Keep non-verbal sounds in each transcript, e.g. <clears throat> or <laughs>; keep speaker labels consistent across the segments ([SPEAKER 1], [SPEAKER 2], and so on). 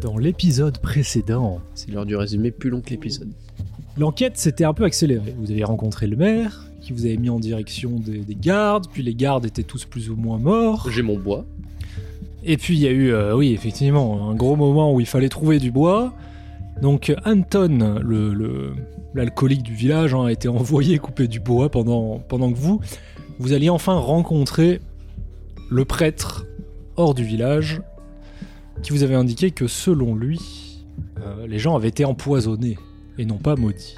[SPEAKER 1] Dans l'épisode précédent,
[SPEAKER 2] C'est l'heure du résumé plus long que l'épisode.
[SPEAKER 1] l'enquête s'était un peu accélérée. Vous avez rencontré le maire, qui vous avait mis en direction des, des gardes, puis les gardes étaient tous plus ou moins morts.
[SPEAKER 2] J'ai mon bois.
[SPEAKER 1] Et puis il y a eu, euh, oui, effectivement, un gros moment où il fallait trouver du bois. Donc euh, Anton, le- le- l'alcoolique du village, hein, a été <laughs> envoyé couper du bois pendant, pendant que vous, vous alliez enfin rencontrer le prêtre hors du village, qui vous avait indiqué que selon lui, euh, les gens avaient été empoisonnés et non pas maudits.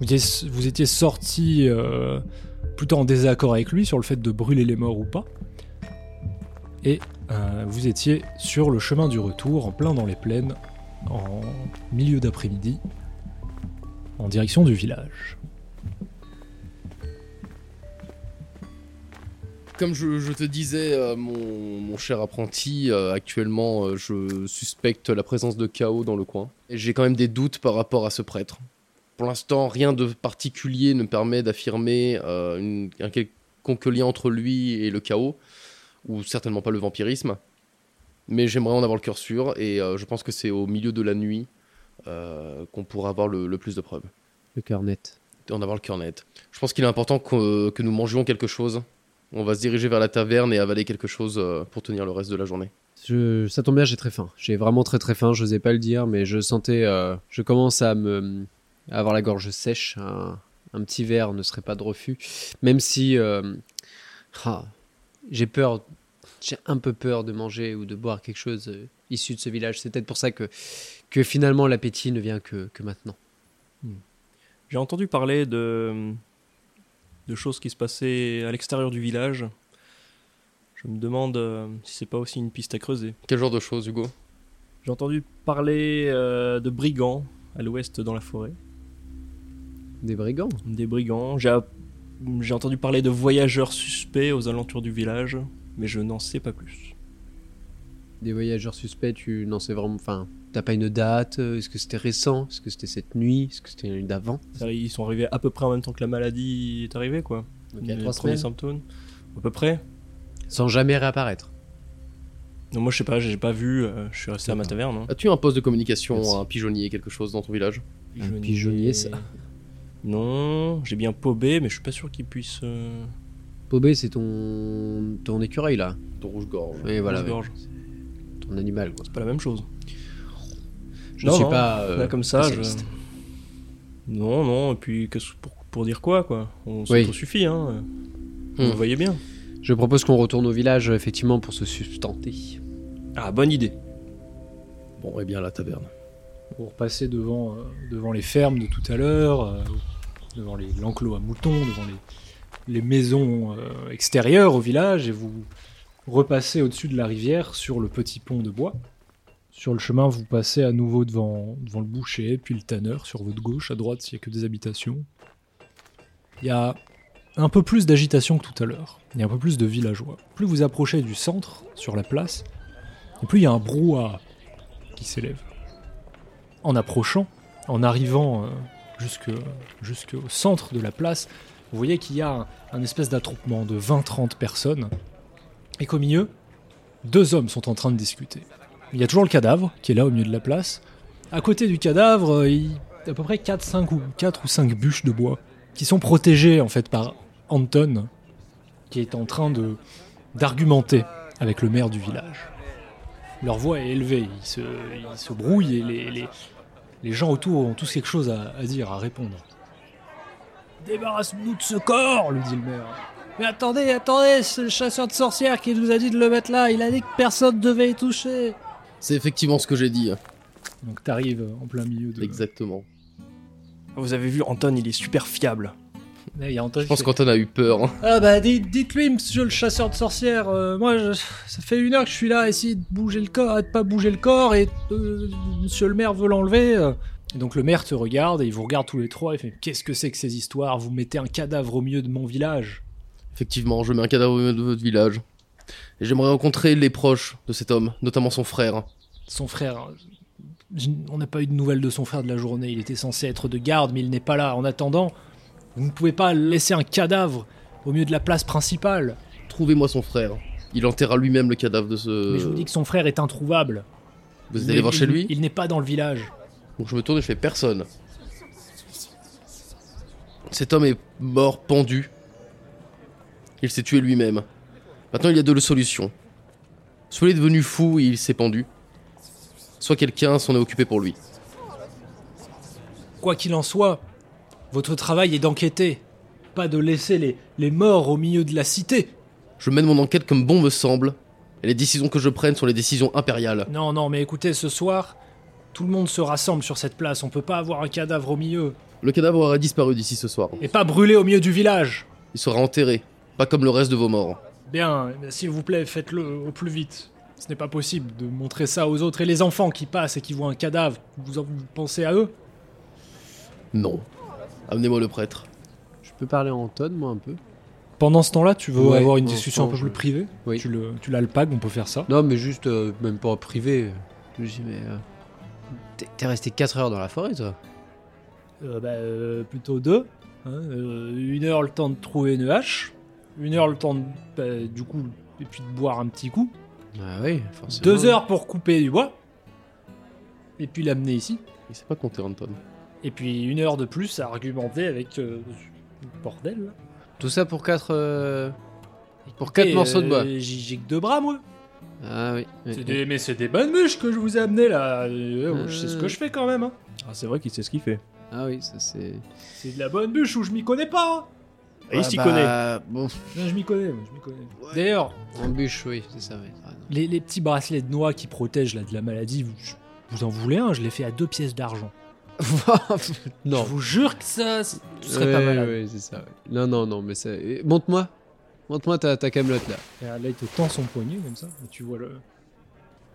[SPEAKER 1] Vous étiez, vous étiez sorti euh, plutôt en désaccord avec lui sur le fait de brûler les morts ou pas. Euh, vous étiez sur le chemin du retour, en plein dans les plaines, en milieu d'après-midi, en direction du village.
[SPEAKER 2] Comme je, je te disais, euh, mon, mon cher apprenti, euh, actuellement, euh, je suspecte la présence de chaos dans le coin. Et j'ai quand même des doutes par rapport à ce prêtre. Pour l'instant, rien de particulier ne permet d'affirmer euh, une- un quelconque lien entre lui et le chaos, ou certainement pas le vampirisme. Mais j'aimerais en avoir le cœur sûr, et euh, je pense que c'est au milieu de la nuit euh, qu'on pourra avoir le- le plus de preuves.
[SPEAKER 3] Le cœur net.
[SPEAKER 2] d'en avoir le cœur net. Je pense qu'il est important euh, que, que nous mangions quelque chose. On va se diriger vers la taverne et avaler quelque chose euh, pour tenir le reste de la journée.
[SPEAKER 3] Je, ça tombe bien, j'ai très faim. J'ai vraiment très très faim, je n'osais pas le dire, mais je sentais. euh, je commence à me à avoir la gorge sèche. Un, un petit verre ne serait pas de refus. Même si. euh, ah, j'ai peur. J'ai un peu peur de manger ou de boire quelque chose euh, issu de ce village. C'est peut-être pour ça que, que finalement l'appétit ne vient que, que maintenant.
[SPEAKER 4] J'ai entendu parler de, de choses qui se passaient à l'extérieur du village. Je me demande euh, si c'est pas aussi une piste à creuser.
[SPEAKER 2] Quel genre de choses, Hugo
[SPEAKER 4] J'ai entendu parler euh, de brigands à l'ouest dans la forêt.
[SPEAKER 3] Des brigands
[SPEAKER 4] Des brigands. J'ai app- j'ai entendu parler de voyageurs suspects aux alentours du village, mais je n'en sais pas plus.
[SPEAKER 3] Des voyageurs suspects, tu n'en sais vraiment. Enfin, t'as pas une date euh, Est-ce que c'était récent Est-ce que c'était cette nuit Est-ce que c'était la nuit d'avant
[SPEAKER 4] Ils sont arrivés à peu près en même temps que la maladie est arrivée, quoi.
[SPEAKER 3] Ok,
[SPEAKER 4] Les
[SPEAKER 3] trois
[SPEAKER 4] premiers
[SPEAKER 3] semaines.
[SPEAKER 4] symptômes, à peu près.
[SPEAKER 3] Sans jamais réapparaître.
[SPEAKER 4] Non, moi je sais pas, j'ai pas vu, euh, je suis resté à ma
[SPEAKER 3] D'accord.
[SPEAKER 4] taverne. hein.
[SPEAKER 2] As-tu un poste de communication,
[SPEAKER 3] Merci.
[SPEAKER 2] un pigeonnier, quelque chose dans ton village
[SPEAKER 3] Un pigeonnier, ça.
[SPEAKER 4] Non, j'ai bien paubé, mais je suis pas sûr qu'il puisse. euh,
[SPEAKER 3] Pobé, c'est ton... ton écureuil là.
[SPEAKER 2] Ton rouge-gorge.
[SPEAKER 3] Oui, voilà, ouais.
[SPEAKER 4] gorge.
[SPEAKER 3] ton animal quoi.
[SPEAKER 4] C'est pas la même chose.
[SPEAKER 3] Je
[SPEAKER 4] Non,
[SPEAKER 3] ne suis
[SPEAKER 4] non,
[SPEAKER 3] pas. euh,
[SPEAKER 4] Là, comme ça, je...
[SPEAKER 3] spécialiste.
[SPEAKER 4] Non, non, et puis qu'est-ce- pour, pour dire quoi, quoi On
[SPEAKER 3] Oui.
[SPEAKER 4] s'autosuffit, hein. Vous
[SPEAKER 2] Hmm.
[SPEAKER 4] voyez bien.
[SPEAKER 3] Je propose qu'on retourne au village effectivement pour se sustenter.
[SPEAKER 4] Ah, bonne idée.
[SPEAKER 2] Bon, eh bien, la taverne.
[SPEAKER 1] Vous repassez devant, euh, devant les fermes de tout à l'heure, euh, devant les- l'enclos à moutons, devant les, les maisons euh, extérieures au village, et vous repassez au-dessus de la rivière sur le petit pont de bois. Sur le chemin, vous passez à nouveau devant, devant le boucher, puis le tanneur sur votre gauche. À droite, il n'y a que des habitations. Il y a un peu plus d'agitation que tout à l'heure. Il y a un peu plus de villageois. Plus vous approchez du centre, sur la place, et plus il y a un brouhaha qui s'élève en approchant, en arrivant euh, jusque, jusqu'au centre de la place, vous voyez qu'il y a un, un espèce d'attroupement de 20-30 personnes. Et qu'au milieu, deux hommes sont en train de discuter. Il y a toujours le cadavre qui est là au milieu de la place. À côté du cadavre, euh, il y a à peu près 4, 5 ou, 4 ou 5 bûches de bois qui sont protégées en fait par Anton qui est en train de d'argumenter avec le maire du village. Leur voix est élevée, ils se, ils se brouillent et les, les- les gens autour ont tous quelque chose à, à dire, à répondre. Débarrasse-nous de ce corps, lui dit le maire. Mais attendez, attendez, c'est le chasseur de sorcières qui nous a dit de le mettre là. Il a dit que personne devait y toucher.
[SPEAKER 2] C'est effectivement ce que j'ai dit.
[SPEAKER 1] Donc t'arrives en plein milieu de.
[SPEAKER 2] Exactement.
[SPEAKER 4] Vous avez vu, Anton, il est super fiable.
[SPEAKER 1] Là, il y a Antoine
[SPEAKER 2] Je pense
[SPEAKER 1] qui
[SPEAKER 2] qu'Anton a eu peur. hein.
[SPEAKER 1] fait, Ah bah dites- dites-lui, monsieur le chasseur de sorcières. euh, moi, je- ça fait une heure que je suis là à essayer de bouger le corps, à de pas bouger le corps, et euh, monsieur le maire veut l'enlever. euh. Et donc le maire te regarde et il vous regarde tous les trois et fait Qu'est-ce que c'est que ces histoires Vous mettez un cadavre au milieu de mon village.
[SPEAKER 2] Effectivement, je mets un cadavre au milieu de votre village. Et j'aimerais rencontrer les proches de cet homme, notamment son frère.
[SPEAKER 1] Son frère. je- On n'a pas eu de nouvelles de son frère de la journée. Il était censé être de garde, mais il n'est pas là. En attendant, vous ne pouvez pas laisser un cadavre au milieu de la place principale.
[SPEAKER 2] Trouvez-moi son frère. Il enterra lui-même le cadavre de ce...
[SPEAKER 1] Mais je vous dis que son frère est introuvable.
[SPEAKER 2] Euh, Vous êtes
[SPEAKER 1] Mais
[SPEAKER 2] allé voir
[SPEAKER 1] il-
[SPEAKER 2] chez lui
[SPEAKER 1] Il n'est pas dans le village.
[SPEAKER 2] Donc je me tourne et je fais personne. Cet homme est mort pendu. Il s'est tué lui-même. Maintenant, il y a deux solutions. Soit il est devenu fou et il s'est pendu. Soit quelqu'un s'en est occupé pour lui.
[SPEAKER 1] Quoi qu'il en soit, votre travail est d'enquêter, pas de laisser les, les morts au milieu de la cité.
[SPEAKER 2] Je mène mon enquête comme bon me semble. Et les décisions que je prenne sont les décisions impériales.
[SPEAKER 1] Non, non, mais écoutez, ce soir, tout le monde se rassemble sur cette place. On peut pas avoir un cadavre au milieu.
[SPEAKER 2] Le cadavre aura disparu d'ici ce soir.
[SPEAKER 1] Et pas brûlé au milieu du village.
[SPEAKER 2] Il sera enterré. Pas comme le reste de vos morts.
[SPEAKER 1] Bien, eh bien, s'il vous plaît, faites-le au plus vite. Ce n'est pas possible de montrer ça aux autres. Et les enfants qui passent et qui voient un cadavre, vous, en- vous pensez à eux
[SPEAKER 2] Non. Amenez-moi le prêtre.
[SPEAKER 3] Je peux parler en tonne, moi, un peu
[SPEAKER 1] Pendant ce temps-là, tu veux
[SPEAKER 3] Ouais,
[SPEAKER 1] avoir une
[SPEAKER 3] pour
[SPEAKER 1] discussion un peu
[SPEAKER 3] l'instant,
[SPEAKER 1] plus
[SPEAKER 3] je-
[SPEAKER 1] privée
[SPEAKER 3] Oui.
[SPEAKER 1] Tu le- tu l'as le pague, on peut faire ça.
[SPEAKER 3] Non, mais juste, euh, même pas privé. Je lui dis, mais. euh, t'es- T'es resté 4 heures dans la forêt, toi
[SPEAKER 1] Euh, bah, euh, plutôt deux. hein. Euh, une heure le temps de trouver une hache, une heure le temps de, bah, du coup et puis de boire un petit coup,
[SPEAKER 3] Ah oui, forcément.
[SPEAKER 1] deux heures pour couper du bois et puis l'amener ici,
[SPEAKER 2] Il sait pas compter, Anton.
[SPEAKER 1] et puis une heure de plus à argumenter avec euh, le bordel. là.
[SPEAKER 3] Tout ça pour 4.
[SPEAKER 2] euh,
[SPEAKER 3] Pour
[SPEAKER 1] Écoutez, euh,
[SPEAKER 3] quatre morceaux de bois.
[SPEAKER 1] J'ai j'ai que deux bras moi.
[SPEAKER 3] Ah oui. oui,
[SPEAKER 1] C'est
[SPEAKER 3] oui.
[SPEAKER 1] des- mais c'est des bonnes mûches que je vous ai amenées là. Euh,
[SPEAKER 3] Euh.
[SPEAKER 1] Je sais ce que je fais quand même. hein.
[SPEAKER 4] Ah, c'est vrai qu'il sait ce qu'il fait.
[SPEAKER 3] Ah oui, ça c'est.
[SPEAKER 1] C'est de la bonne bûche où je m'y connais pas. hein.
[SPEAKER 4] Et il s'y
[SPEAKER 3] connaît. Bon,
[SPEAKER 1] Non, Je m'y connais, moi, je m'y connais. D'ailleurs,
[SPEAKER 3] en bûche, oui, c'est ça. oui. Ah, non.
[SPEAKER 1] Les, les petits bracelets de noix qui protègent là, de la maladie, vous, vous en voulez un Je l'ai fait à deux pièces d'argent.
[SPEAKER 3] non.
[SPEAKER 1] Je vous jure que ça, c'est- tu serais pas
[SPEAKER 3] Ouais,
[SPEAKER 1] malade.
[SPEAKER 3] ouais, c'est ça. ouais. Non, non, non, mais ça. eh, Montre-moi. Montre-moi ta, ta camelote là.
[SPEAKER 1] Et Ah, Là, il te tend son poignet comme ça. et Tu vois le-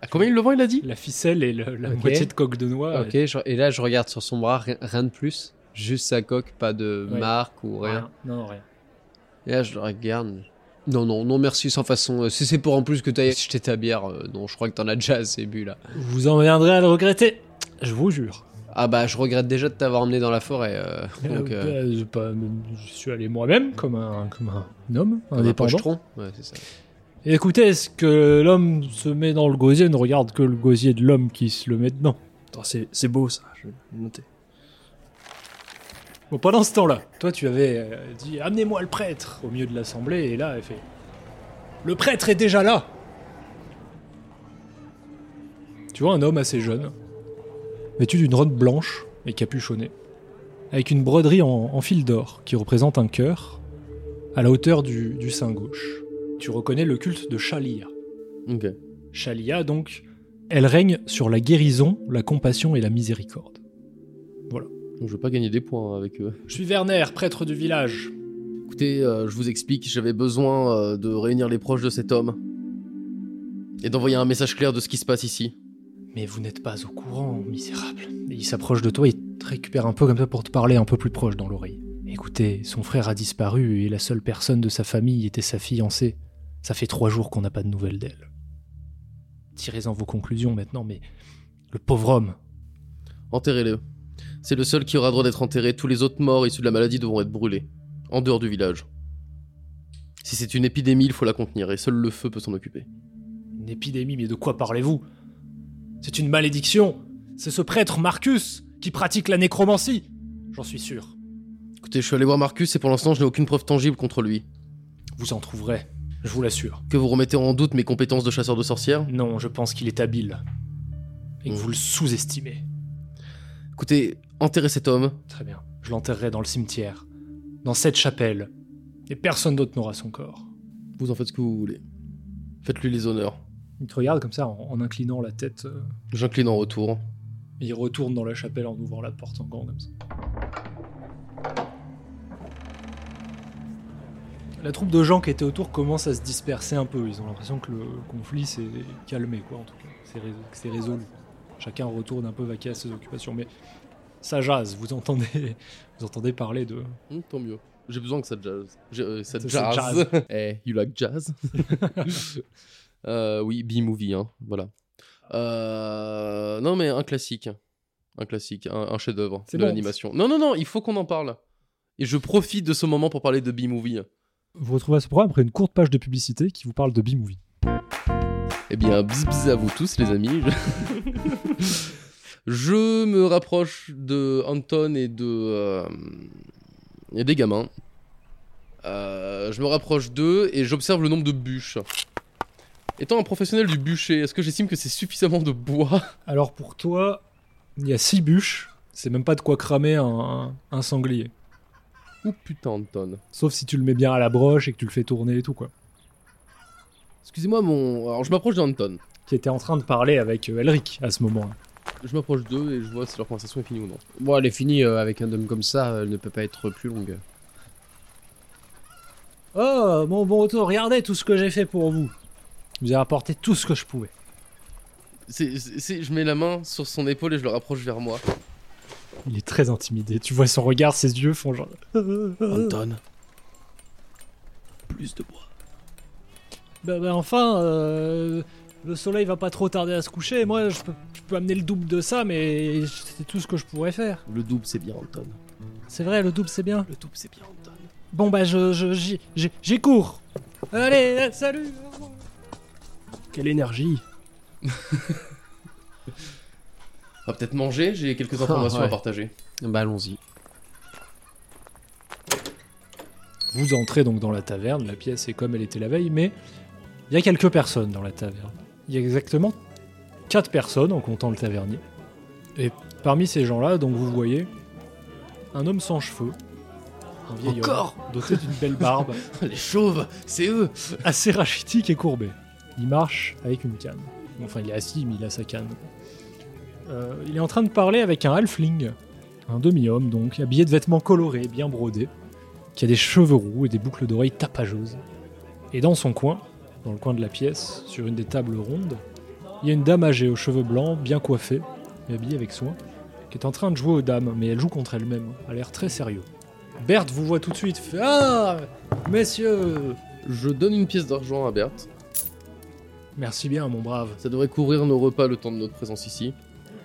[SPEAKER 2] À Ah, combien il le vend, il a dit
[SPEAKER 1] la ficelle et le- la
[SPEAKER 3] Ok.
[SPEAKER 1] moitié de coque de noix.
[SPEAKER 3] Ok, je- et là je regarde sur son bras, rien, rien de plus. Juste sa coque, pas de
[SPEAKER 1] Ouais.
[SPEAKER 3] marque ou
[SPEAKER 1] ouais.
[SPEAKER 3] rien.
[SPEAKER 1] Non, non, rien.
[SPEAKER 3] Et là je le regarde. Non, non, non, merci, sans façon. Euh, Si c'est pour en plus que t'as acheté ta bière, euh, non, je crois que t'en as déjà assez bu là.
[SPEAKER 1] Vous en viendrez à le regretter. Je vous jure.
[SPEAKER 3] Ah bah, je regrette déjà de t'avoir emmené dans la forêt. euh,
[SPEAKER 2] Ah,
[SPEAKER 3] donc,
[SPEAKER 1] Euh,
[SPEAKER 3] euh,
[SPEAKER 1] bah, je, pas- je suis allé moi-même comme un, comme un homme
[SPEAKER 3] comme un
[SPEAKER 1] indépendant.
[SPEAKER 3] pochetron. Ouais, c'est ça.
[SPEAKER 1] Et écoutez, est-ce que l'homme se met dans le gosier ne regarde que le gosier de l'homme qui se le met dedans
[SPEAKER 4] Attends, c'est c'est beau ça, je vais le noter.
[SPEAKER 1] Bon, pendant ce temps-là, toi, tu avais euh, dit Amenez-moi le prêtre au milieu de l'assemblée, et là, elle fait Le prêtre est déjà là Tu vois un homme assez jeune, vêtu d'une robe blanche et capuchonné, avec une broderie en, en fil d'or qui représente un cœur à la hauteur du, du sein gauche. Tu reconnais le culte de Shalia.
[SPEAKER 2] <laughs> Ok.
[SPEAKER 1] Shalia, donc, elle règne sur la guérison, la compassion et la miséricorde.
[SPEAKER 2] Donc, je vais pas gagner des points avec eux.
[SPEAKER 1] Je suis Werner, prêtre du village.
[SPEAKER 2] Écoutez, euh, je vous explique, j'avais besoin euh, de réunir les proches de cet homme et d'envoyer un message clair de ce qui se passe ici.
[SPEAKER 1] Mais vous n'êtes pas au courant, misérable. Et il s'approche de toi, il te récupère un peu comme ça pour te parler un peu plus proche dans l'oreille. Écoutez, son frère a disparu et la seule personne de sa famille était sa fiancée. Ça fait trois jours qu'on n'a pas de nouvelles d'elle. Tirez-en vos conclusions maintenant, mais le pauvre homme.
[SPEAKER 2] Enterrez-le. C'est le seul qui aura droit d'être enterré, tous les autres morts issus de la maladie devront être brûlés, en dehors du village. Si c'est une épidémie, il faut la contenir et seul le feu peut s'en occuper.
[SPEAKER 1] Une épidémie, mais de quoi parlez-vous C'est une malédiction. C'est ce prêtre Marcus qui pratique la nécromancie. J'en suis sûr.
[SPEAKER 2] Écoutez, je suis allé voir Marcus et pour l'instant je n'ai aucune preuve tangible contre lui.
[SPEAKER 1] Vous en trouverez, je vous l'assure.
[SPEAKER 2] Que vous remettez en doute mes compétences de chasseur de sorcières
[SPEAKER 1] Non, je pense qu'il est habile. Et que
[SPEAKER 2] Mm.
[SPEAKER 1] vous le sous-estimez.
[SPEAKER 2] Écoutez, enterrez cet homme,
[SPEAKER 1] Très bien. Je l'enterrerai dans le cimetière, dans cette chapelle. Et personne d'autre n'aura son corps.
[SPEAKER 2] vous en faites ce que vous voulez. Faites-lui les honneurs.
[SPEAKER 1] Il te regarde comme ça en, en inclinant la tête. euh,
[SPEAKER 2] J'incline en retour.
[SPEAKER 1] et il retourne dans la chapelle en ouvrant la porte en gant comme ça. La troupe de gens qui était autour commence à se disperser un peu. Ils ont l'impression que le conflit s'est calmé, quoi, en tout cas. C'est rés- que C'est résolu. Chacun retourne un peu vaquer à ses occupations. Mais ça jase. Vous entendez, <laughs> vous entendez parler de,
[SPEAKER 2] Hmm, tant mieux. J'ai besoin que ça jazz. J'ai- euh, ça
[SPEAKER 1] Ça, ça
[SPEAKER 2] jazz.
[SPEAKER 1] jazz.
[SPEAKER 2] <laughs> Eh, you like jazz <laughs> Euh, Oui, B-movie, hein, voilà. Euh, non, mais un classique. Un classique, un, un chef-d'œuvre
[SPEAKER 1] C'est
[SPEAKER 2] de
[SPEAKER 1] bon.
[SPEAKER 2] l'animation. Non, non, non, il faut qu'on en parle. Et je profite de ce moment pour parler de B-movie. hein.
[SPEAKER 1] Vous retrouvez ce programme après une courte page de publicité qui vous parle de B-Movie.
[SPEAKER 2] Et Eh bien, bis bis à vous tous, les <laughs> amis. Je- Je me rapproche de Anton et de euh, et des gamins. Euh, je me rapproche d'eux et j'observe le nombre de bûches. Étant un professionnel du bûcher, est-ce que j'estime que c'est suffisamment de bois <laughs>
[SPEAKER 1] Alors pour toi, il y a six bûches. C'est même pas de quoi cramer un, un sanglier.
[SPEAKER 2] Ou Oh, putain, Anton
[SPEAKER 1] Sauf si tu le mets bien à la broche et que tu le fais tourner et tout, quoi.
[SPEAKER 2] Excusez-moi, mon. Alors, je m'approche d'Anton.
[SPEAKER 1] Qui était en train de parler avec euh, Elric à ce moment-là.
[SPEAKER 2] Je m'approche d'eux et je vois si leur conversation est finie ou non.
[SPEAKER 3] Bon, elle est finie euh, avec un dôme comme ça, elle ne peut pas être plus longue.
[SPEAKER 1] Oh, mon bon retour, regardez tout ce que j'ai fait pour vous. Je vous ai apporté tout ce que je pouvais.
[SPEAKER 2] C'est- c'est- c'est- je mets la main sur son épaule et je le rapproche vers moi.
[SPEAKER 1] Il est très intimidé. Tu vois son regard, ses yeux font genre.
[SPEAKER 2] Anton.
[SPEAKER 4] Plus de bois.
[SPEAKER 1] Bah, bah, enfin, euh, le soleil va pas trop tarder à se coucher. Moi, je peux, je peux amener le double de ça, mais c'était tout ce que je pourrais faire.
[SPEAKER 2] Le double, c'est bien, Anton.
[SPEAKER 1] C'est vrai, le double c'est bien.
[SPEAKER 2] Le double, c'est bien, Anton.
[SPEAKER 1] Bon bah, je, je- j'y, j'y- j'y cours. Allez, euh, salut.
[SPEAKER 4] Quelle énergie.
[SPEAKER 2] On va peut-être manger, j'ai quelques informations
[SPEAKER 3] Ah, ouais.
[SPEAKER 2] à partager.
[SPEAKER 3] Bah, allons-y.
[SPEAKER 1] Vous entrez donc dans la taverne. La pièce est comme elle était la veille, mais il y a quelques personnes dans la taverne. Il y a exactement quatre personnes en comptant le tavernier. Et parmi ces gens-là, donc vous voyez un homme sans cheveux, un vieil
[SPEAKER 2] Encore
[SPEAKER 1] homme doté d'une belle barbe.
[SPEAKER 2] Les chauves, c'est eux
[SPEAKER 1] assez rachitique et courbé. Il marche avec une canne. Enfin, il est assis, mais il a sa canne. Euh, il est en train de parler avec un halfling, un demi-homme donc, habillé de vêtements colorés, bien brodés, qui a des cheveux roux et des boucles d'oreilles tapageuses. Et dans son coin, dans le coin de la pièce, sur une des tables rondes, il y a une dame âgée aux cheveux blancs, bien coiffée, et habillée avec soin, qui est en train de jouer aux dames, mais elle joue contre elle-même, a l'air très sérieux. Berthe vous voit tout de suite, fait Ah Messieurs
[SPEAKER 2] Je donne une pièce d'argent à Berthe.
[SPEAKER 1] Merci bien, mon brave.
[SPEAKER 2] Ça devrait couvrir nos repas le temps de notre présence ici.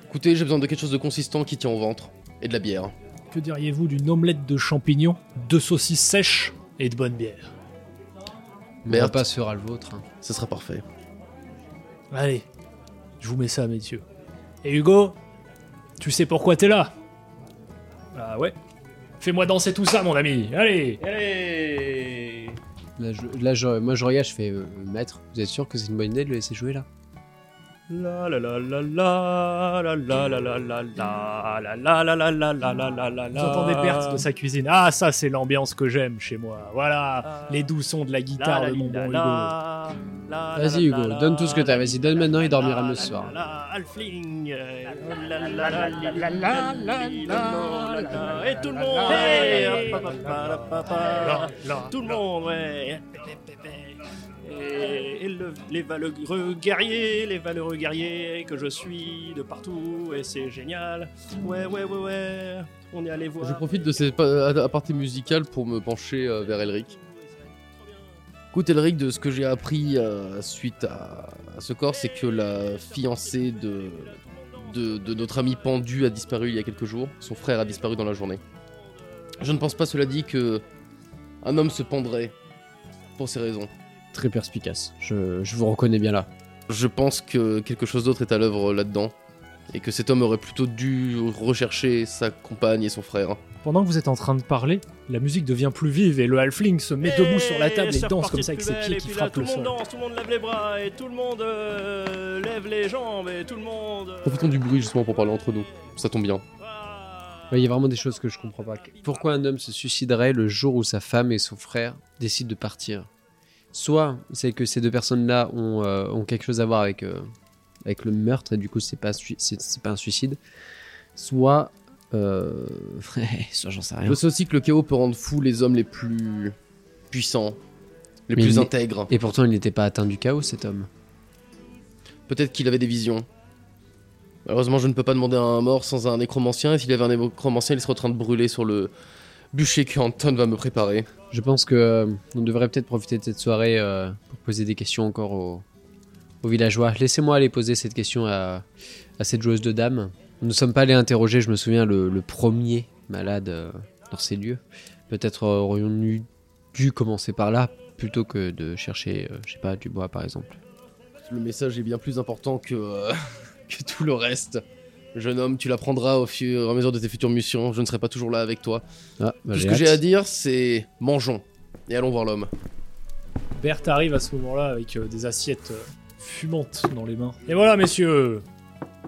[SPEAKER 2] Écoutez, j'ai besoin de quelque chose de consistant qui tient au ventre. Et de la bière.
[SPEAKER 1] Que diriez-vous d'une omelette de champignons, de saucisses sèches et de bonne bière
[SPEAKER 3] Mon
[SPEAKER 2] Berthe,
[SPEAKER 3] repas sera le vôtre. hein.
[SPEAKER 2] ça sera parfait.
[SPEAKER 1] Allez, je vous mets ça, messieurs. Et Hugo, tu sais pourquoi t'es là Ah ouais Fais-moi danser tout ça, mon ami. Allez
[SPEAKER 2] Allez
[SPEAKER 3] Là, je, là, je- moi, je regarde, je fais euh, Maître, vous êtes sûr que c'est une bonne idée de le laisser jouer là
[SPEAKER 4] La la la la la la la la la la la la la la la la la la la la
[SPEAKER 1] Vous entendez Berthe de sa cuisine. Ah, ça, c'est l'ambiance que j'aime chez moi. Voilà, les doux sons de la guitare de mon bon Hugo.
[SPEAKER 4] Ah,
[SPEAKER 3] Vas-y, Hugo, donne tout ce que t'as. Vas-y, donne maintenant, il dormira mieux ce soir.
[SPEAKER 4] Halfling euh, la la la la la la la la la. Et tout le monde hey, hop, hop, hop, hop, hop, hop. Tout le monde, ouais Et, et le- les valeureux guerriers, les valeureux guerriers que je suis de partout, et c'est génial. Ouais, ouais, ouais, ouais. On est allé voir.
[SPEAKER 2] Je profite de ces pa- apartés musicales pour me pencher euh, vers Elric. Écoute Elric, de ce que j'ai appris euh, suite à, à ce corps, c'est que la fiancée de, de, de notre ami pendu a disparu il y a quelques jours. Son frère a disparu dans la journée. Je ne pense pas, cela dit, que un homme se pendrait pour ces raisons.
[SPEAKER 3] Très perspicace. Je, je vous reconnais bien là.
[SPEAKER 2] Je pense que quelque chose d'autre est à l'œuvre là-dedans. Et que cet homme aurait plutôt dû rechercher sa compagne et son frère.
[SPEAKER 1] Pendant que vous êtes en train de parler, la musique devient plus vive et le halfling se met debout sur la table et
[SPEAKER 4] c'est
[SPEAKER 1] danse
[SPEAKER 4] reparti
[SPEAKER 1] comme
[SPEAKER 4] de
[SPEAKER 1] ça avec
[SPEAKER 4] plus
[SPEAKER 1] ses pieds
[SPEAKER 4] belle, et
[SPEAKER 1] qui
[SPEAKER 4] puis là,
[SPEAKER 1] frappent le sol.
[SPEAKER 4] Tout le monde danse, tout le monde lève les bras et tout le monde euh, lève les jambes et tout le monde. euh,
[SPEAKER 2] Profitons du bruit justement pour parler entre nous. Ça tombe bien.
[SPEAKER 4] ah.
[SPEAKER 3] Ouais, Il y a vraiment des choses que je comprends pas. Pourquoi un homme se suiciderait le jour où sa femme et son frère décident de partir Soit c'est que ces deux personnes-là ont, euh, ont quelque chose à voir avec, euh, avec le meurtre et du coup c'est pas, sui- c'est, c'est pas un suicide. Soit. euh, <laughs> soit j'en sais rien.
[SPEAKER 2] Je sais aussi que le chaos peut rendre fous les hommes les plus puissants, les
[SPEAKER 3] Mais
[SPEAKER 2] plus
[SPEAKER 3] il-
[SPEAKER 2] intègres.
[SPEAKER 3] Et pourtant il n'était pas atteint du chaos cet homme.
[SPEAKER 2] Peut-être qu'il avait des visions. Malheureusement, je ne peux pas demander à un mort sans un nécromancien. Et s'il avait un nécromancien, il serait en train de brûler sur le bûcher que Anton va me préparer.
[SPEAKER 3] Je pense que euh, on devrait peut-être profiter de cette soirée euh, pour poser des questions encore aux, aux villageois. Laissez-moi aller poser cette question à, à cette joueuse de dames. Nous ne sommes pas allés interroger, je me souviens, le, le premier malade euh, dans ces lieux. Peut-être euh, aurions-nous dû commencer par là plutôt que de chercher, euh, je sais pas, du bois par exemple.
[SPEAKER 2] Le message est bien plus important que, euh, <laughs> que tout le reste. Jeune homme, tu l'apprendras au fur et à mesure de tes futures missions. Je ne serai pas toujours là avec toi.
[SPEAKER 3] Ah, bah,
[SPEAKER 2] tout ce que
[SPEAKER 3] hâte.
[SPEAKER 2] j'ai à dire, c'est mangeons et allons voir l'homme.
[SPEAKER 1] Berthe arrive à ce moment-là avec euh, des assiettes euh, fumantes dans les mains. Et voilà, messieurs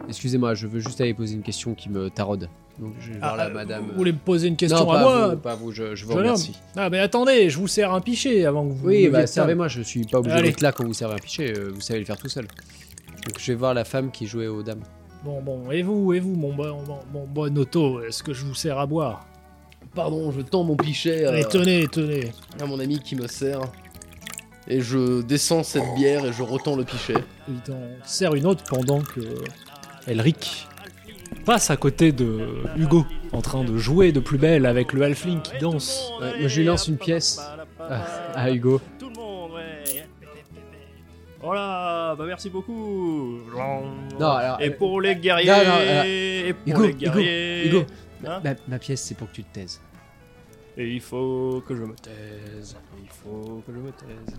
[SPEAKER 3] Excusez-moi, je veux juste aller poser une question qui me taraude. Donc je vais voir
[SPEAKER 1] Ah,
[SPEAKER 3] la
[SPEAKER 1] euh,
[SPEAKER 3] madame.
[SPEAKER 1] Vous voulez me poser une question
[SPEAKER 3] non,
[SPEAKER 1] à
[SPEAKER 3] pas
[SPEAKER 1] moi
[SPEAKER 3] vous, pas vous, je, je vous
[SPEAKER 1] jeune homme.
[SPEAKER 3] remercie.
[SPEAKER 1] Ah, mais attendez, je vous sers un pichet avant que vous.
[SPEAKER 3] Oui,
[SPEAKER 1] leviez de
[SPEAKER 3] bah
[SPEAKER 1] table.
[SPEAKER 3] servez-moi, je suis pas obligé
[SPEAKER 1] Allez.
[SPEAKER 3] d'être là quand vous servez un pichet, euh, vous savez le faire tout seul. Donc je vais voir la femme qui jouait aux dames.
[SPEAKER 1] Bon, bon, et vous, et vous, mon bon, mon, mon bon auto, est-ce que je vous sers à boire
[SPEAKER 2] Pardon, je tends mon pichet
[SPEAKER 3] Euh.
[SPEAKER 2] à,
[SPEAKER 1] Allez, tenez, tenez.
[SPEAKER 2] à mon ami qui me sert. Et je descends cette bière et je retends le pichet.
[SPEAKER 1] Il t'en sert une autre pendant que Elric passe à côté de Hugo, en train de jouer de plus belle avec le halfling qui danse.
[SPEAKER 3] Ouais, moi, Euh, je lui lance Ah, une pièce à, à Hugo.
[SPEAKER 4] Tout le monde, ouais. Voilà, bah merci beaucoup.
[SPEAKER 3] Non, alors,
[SPEAKER 4] et
[SPEAKER 3] euh,
[SPEAKER 4] pour les guerriers,
[SPEAKER 3] non, non, alors,
[SPEAKER 4] et pour
[SPEAKER 3] Hugo,
[SPEAKER 4] les
[SPEAKER 3] Hugo,
[SPEAKER 4] guerriers,
[SPEAKER 3] Hugo,
[SPEAKER 4] Hein
[SPEAKER 3] ma, ma pièce c'est pour que tu te taises.
[SPEAKER 4] Et il faut que je me taise. Il faut que je me taise.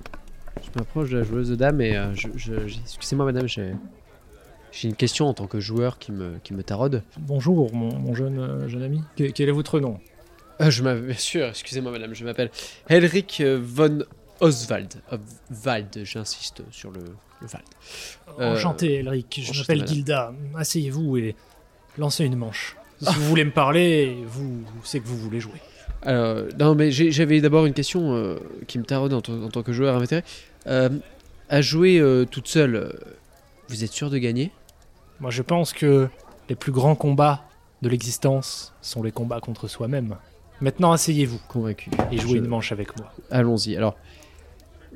[SPEAKER 3] Je m'approche de la joueuse de dames et euh, je, je- j'ai- excusez-moi madame, j'ai, j'ai une question en tant que joueur qui me, qui me taraude.
[SPEAKER 1] Bonjour, mon, mon jeune, euh, jeune ami. Que- quel est votre nom
[SPEAKER 3] Euh, je m'appelle, bien sûr, excusez-moi madame, je m'appelle Helric euh, von Oswald. Of- Wald, j'insiste sur le, le Wald. Euh,
[SPEAKER 1] Enchanté, Elric. Je
[SPEAKER 3] enchanté,
[SPEAKER 1] m'appelle
[SPEAKER 3] madame.
[SPEAKER 1] Gilda. Asseyez-vous et lancez une manche.
[SPEAKER 3] Ah.
[SPEAKER 1] Si vous voulez me parler, vous, c'est que vous voulez jouer.
[SPEAKER 3] Alors, euh, non, mais j'ai- j'avais d'abord une question euh, qui me taraude en, tant- en tant que joueur invétéré. Euh, à jouer euh, toute seule, euh, vous êtes sûr de gagner
[SPEAKER 1] Moi, je pense que les plus grands combats de l'existence sont les combats contre soi-même. Maintenant, asseyez-vous
[SPEAKER 3] Convaincu.
[SPEAKER 1] et jouez
[SPEAKER 3] Je-
[SPEAKER 1] une manche avec moi.
[SPEAKER 3] Allons-y. Alors,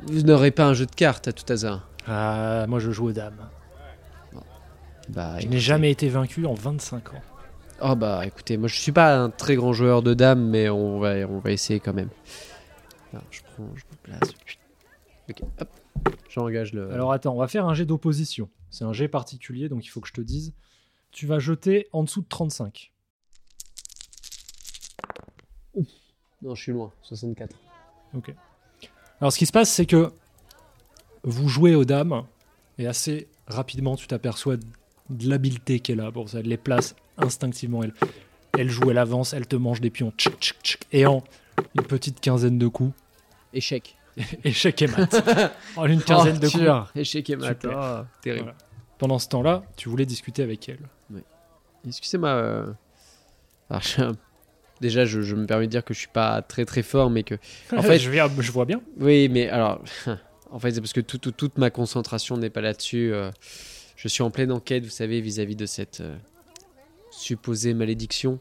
[SPEAKER 3] vous n'aurez pas un jeu de cartes à tout hasard
[SPEAKER 1] Ah, moi, je joue aux dames.
[SPEAKER 3] Bah,
[SPEAKER 1] Je
[SPEAKER 3] écoute-
[SPEAKER 1] n'ai jamais été vaincu en 25 ans.
[SPEAKER 3] oh bah, écoutez, moi je suis pas un très grand joueur de dames, mais on va, on va essayer quand même. Alors, je prends, je me place. Ok, hop. J'engage le.
[SPEAKER 1] Alors, attends, on va faire un jet d'opposition. C'est un jet particulier, donc il faut que je te dise. Tu vas jeter en dessous de 35.
[SPEAKER 3] Non, je suis loin. 64.
[SPEAKER 1] Alors, ce qui se passe, c'est que vous jouez aux dames, et assez rapidement, tu t'aperçois de l'habileté qu'elle a pour ça. Elle les place instinctivement. Elle, elle joue, elle avance, elle te mange des pions. Tchic, tchic, tchic. et en une petite quinzaine de coups, <laughs>
[SPEAKER 3] Échec.
[SPEAKER 1] échec et mat. <laughs> en une quinzaine
[SPEAKER 3] Oh,
[SPEAKER 1] de
[SPEAKER 3] tu-
[SPEAKER 1] coups.
[SPEAKER 3] <laughs> Échec et mat.
[SPEAKER 1] Super.
[SPEAKER 3] Ah, terrible.
[SPEAKER 1] Pendant ce temps-là, tu voulais discuter avec <laughs> elle.
[SPEAKER 3] Excusez-moi. euh, <laughs> alors, je- Déjà, je, je me permets de dire que je suis pas très très fort, mais que. En fait-
[SPEAKER 1] je, viens- je vois bien.
[SPEAKER 3] Oui, mais alors. <laughs> En fait, c'est parce que tout- tout- toute ma concentration n'est pas là-dessus. euh, Je suis en pleine enquête, vous savez, vis-à-vis de cette euh, supposée malédiction.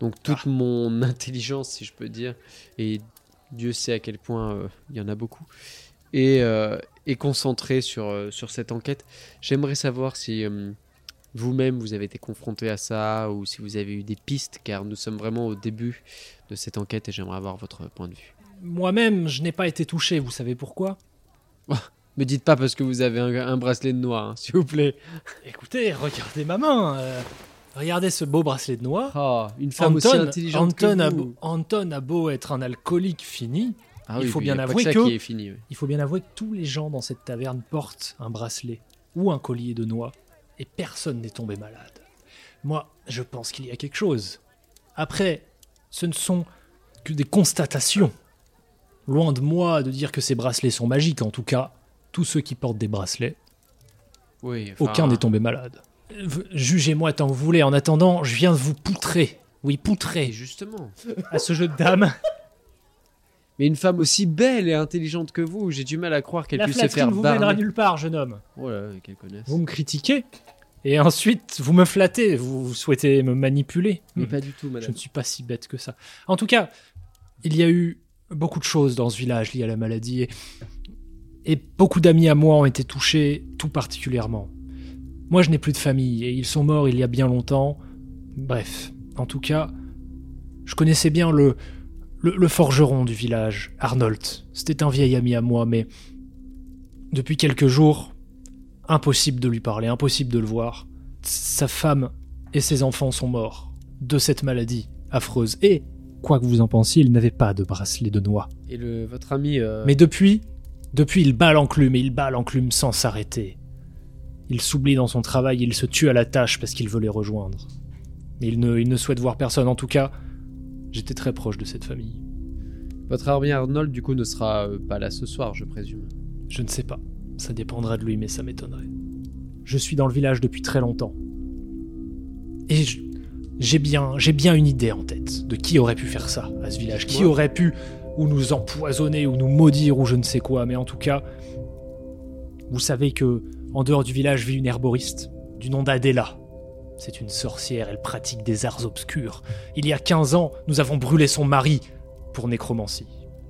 [SPEAKER 3] Donc, toute mon <laughs> intelligence, si je peux dire, et Dieu sait à quel point euh, il y en a beaucoup, est, euh, est concentrée sur, euh, sur cette enquête. J'aimerais savoir si. euh, vous-même, vous avez été confronté à ça ou si vous avez eu des pistes, car nous sommes vraiment au début de cette enquête et j'aimerais avoir votre point de vue.
[SPEAKER 1] Moi-même, je n'ai pas été touché. Vous savez pourquoi
[SPEAKER 3] Me dites pas parce que vous avez un, un bracelet de noix, hein, <laughs> s'il vous plaît.
[SPEAKER 1] Écoutez, regardez ma main. euh, regardez ce beau bracelet de noix.
[SPEAKER 3] Oh, une femme aussi
[SPEAKER 1] Anton,
[SPEAKER 3] intelligente
[SPEAKER 1] Anton
[SPEAKER 3] que
[SPEAKER 1] a,
[SPEAKER 3] vous.
[SPEAKER 1] beau- Anton a beau être un alcoolique fini,
[SPEAKER 3] Ah
[SPEAKER 1] il faut
[SPEAKER 3] puis
[SPEAKER 1] bien
[SPEAKER 3] y a pas
[SPEAKER 1] avouer
[SPEAKER 3] ça
[SPEAKER 1] que-
[SPEAKER 3] qui est fini. oui.
[SPEAKER 1] il faut bien avouer que tous les gens dans cette taverne portent un bracelet ou un collier de noix, et personne n'est tombé malade. Moi, je pense qu'il y a quelque chose. Après, ce ne sont que des constatations. Loin de moi de dire que ces bracelets sont magiques, en tout cas, tous ceux qui portent des bracelets,
[SPEAKER 3] Oui, enfin,
[SPEAKER 1] aucun n'est tombé malade. Euh, v- Jugez-moi tant que vous voulez, en attendant, je viens de vous poutrer. Oui,
[SPEAKER 3] Et
[SPEAKER 1] poutrer
[SPEAKER 3] justement.
[SPEAKER 1] à ce jeu de dames.
[SPEAKER 3] Mais une femme aussi belle et intelligente que vous, j'ai du mal à croire qu'elle
[SPEAKER 1] La
[SPEAKER 3] puisse se faire
[SPEAKER 1] flatterie ne vous mènera
[SPEAKER 3] barrer.
[SPEAKER 1] nulle part, jeune homme.
[SPEAKER 3] Oh là, là, quelle connaisse.
[SPEAKER 1] Vous me critiquez et ensuite vous me flattez, vous vous souhaitez me manipuler.
[SPEAKER 3] Mais
[SPEAKER 1] Hmm.
[SPEAKER 3] pas du
[SPEAKER 1] Je
[SPEAKER 3] tout, madame.
[SPEAKER 1] ne suis pas si bête que ça. En tout cas, il y a eu beaucoup de choses dans ce village liées à la maladie et, et beaucoup d'amis à moi ont été touchés tout particulièrement. Moi, je n'ai plus de famille et ils sont morts il y a bien longtemps. Bref, en tout cas, je connaissais bien le, le, le forgeron du village, Arnold. C'était un vieil ami à moi, mais depuis quelques jours, impossible de lui parler, impossible de le voir. Sa femme et ses enfants sont morts de cette maladie affreuse. Et, quoi que vous en pensiez, il n'avait pas de bracelet de noix.
[SPEAKER 3] Et le, votre ami. euh,
[SPEAKER 1] Mais depuis, depuis, il bat l'enclume et il bat l'enclume sans s'arrêter. Il s'oublie dans son travail, il se tue à la tâche parce qu'il veut les rejoindre. Mais il ne, il ne souhaite voir personne. En tout cas, j'étais très proche de cette famille.
[SPEAKER 3] Votre armée Arnold, du coup, ne sera euh, pas là ce soir, je présume.
[SPEAKER 1] Je ne sais pas. Ça dépendra de lui, mais ça m'étonnerait. Je suis dans le village depuis très longtemps. Et je- j'ai bien, j'ai bien une idée en tête de qui aurait pu faire ça à ce village. Qui
[SPEAKER 3] Moi.
[SPEAKER 1] aurait pu ou nous empoisonner ou nous maudire ou je ne sais quoi. Mais en tout cas, vous savez que en dehors du village vit une herboriste du nom d'Adela. C'est une sorcière, elle pratique des arts obscurs. Il y a 15 ans, nous avons brûlé son mari pour nécromancie.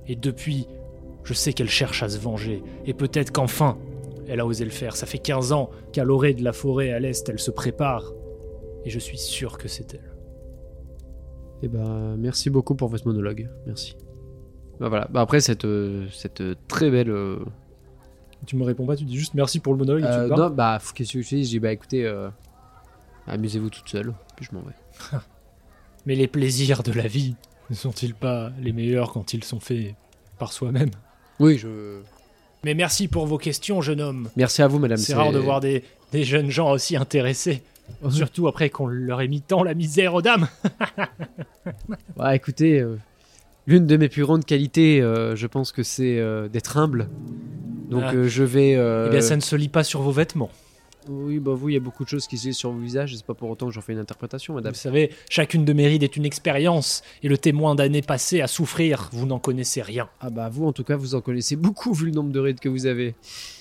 [SPEAKER 1] Et depuis, je sais qu'elle cherche à se venger, et peut-être qu'enfin, elle a osé le faire. Ça fait 15 ans qu'à l'orée de la forêt à l'est, elle se prépare. Et je suis sûr que c'est elle.
[SPEAKER 3] Eh ben, merci beaucoup pour votre monologue. Merci. Bah voilà. Bah après cette, euh, cette euh, très belle. euh,
[SPEAKER 5] Tu me réponds pas, tu dis juste merci pour le monologue et tu
[SPEAKER 3] euh,
[SPEAKER 5] te barres.
[SPEAKER 1] hein.
[SPEAKER 3] non, bah f- qu'est-ce que je dis Je dis bah écoutez, euh, amusez-vous toute seule. Puis je m'en vais.
[SPEAKER 1] Mais les plaisirs de la
[SPEAKER 5] La
[SPEAKER 1] vie.
[SPEAKER 5] vie, ne sont-ils pas les meilleurs quand ils sont faits par soi-même
[SPEAKER 3] Oui, je.
[SPEAKER 1] Mais merci pour vos questions, jeune homme.
[SPEAKER 3] Merci à vous, madame.
[SPEAKER 1] C'est rare de voir des, des jeunes gens aussi intéressés.
[SPEAKER 5] Oh,
[SPEAKER 1] Surtout après qu'on leur ait mis tant la misère aux dames.
[SPEAKER 3] Bah écoutez, euh, l'une de mes plus grandes qualités, euh, je pense que c'est euh, d'être humble. Donc
[SPEAKER 1] Ah.
[SPEAKER 3] euh, je vais. euh,
[SPEAKER 1] Eh bien, ça ne se lit pas sur vos vêtements.
[SPEAKER 3] Oui, bah vous, il y a beaucoup de choses qui se lisent sur vos visages. et C'est pas pour autant que j'en fais une interprétation, madame.
[SPEAKER 1] Vous savez, chacune de mes rides est une expérience, et le témoin d'années passées à souffrir, vous n'en connaissez rien.
[SPEAKER 3] Ah bah vous en tout cas vous en connaissez beaucoup vu le nombre de raids que vous avez.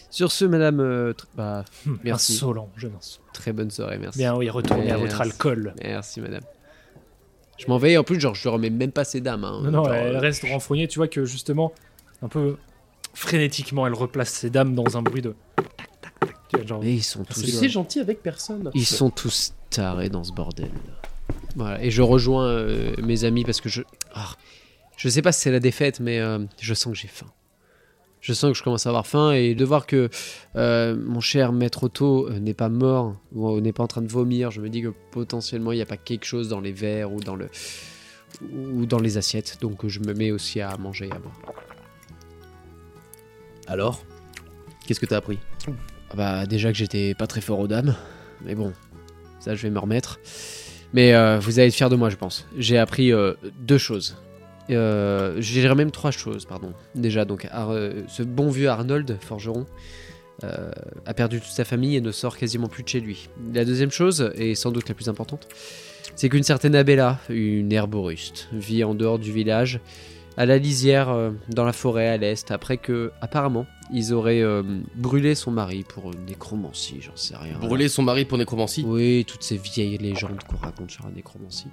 [SPEAKER 3] Sur ce madame euh, tr- bah
[SPEAKER 1] Hum,
[SPEAKER 3] Merci.
[SPEAKER 1] Insolent, jeune insolent.
[SPEAKER 3] très bonne soirée merci.
[SPEAKER 1] Bien oui, retournez à votre
[SPEAKER 3] Merci.
[SPEAKER 1] alcool.
[SPEAKER 3] Merci madame. Je m'en vais et en plus genre je remets même pas ces dames hein.
[SPEAKER 1] Non, non,
[SPEAKER 3] Genre,
[SPEAKER 1] elle
[SPEAKER 3] euh,
[SPEAKER 1] reste renfrognée, tu vois que justement, un peu frénétiquement, elle replace ses dames dans un bruit de... tac, tac, tac, tu vois, genre-
[SPEAKER 3] Mais ils sont tous
[SPEAKER 1] C'est
[SPEAKER 2] C'est gentil avec personne.
[SPEAKER 3] ils sont tous tarés dans ce bordel. Voilà et je rejoins euh, mes amis parce que je Ah, je sais pas si c'est la défaite mais euh, je sens que j'ai faim. Je sens que je commence à avoir faim et de voir que euh, mon cher maître Otto euh, n'est pas mort ou euh, n'est pas en train de vomir, je me dis que potentiellement il n'y a pas quelque chose dans les verres ou dans le ou dans les assiettes, donc euh, je me mets aussi à manger et à boire.
[SPEAKER 2] Alors Qu'est-ce que t'as appris
[SPEAKER 3] Ah Bah déjà que j'étais pas très fort aux dames, mais bon, ça je vais me remettre. Mais euh, vous allez être fiers de moi, je pense. J'ai appris euh, deux choses. Euh, je dirais même trois choses, pardon. Déjà, donc, Ar- euh, ce bon vieux Arnold Forgeron euh, a perdu toute sa famille et ne sort quasiment plus de chez lui. La deuxième chose, et sans doute la plus importante, c'est qu'une certaine Abella, une herboriste, vit en dehors du village, à la lisière, euh, dans la forêt à l'est, après que, apparemment, ils auraient euh, brûlé son mari pour une nécromancie, j'en sais rien.
[SPEAKER 2] Brûler son mari pour nécromancie
[SPEAKER 3] Oui, toutes ces vieilles légendes qu'on raconte sur la nécromancie.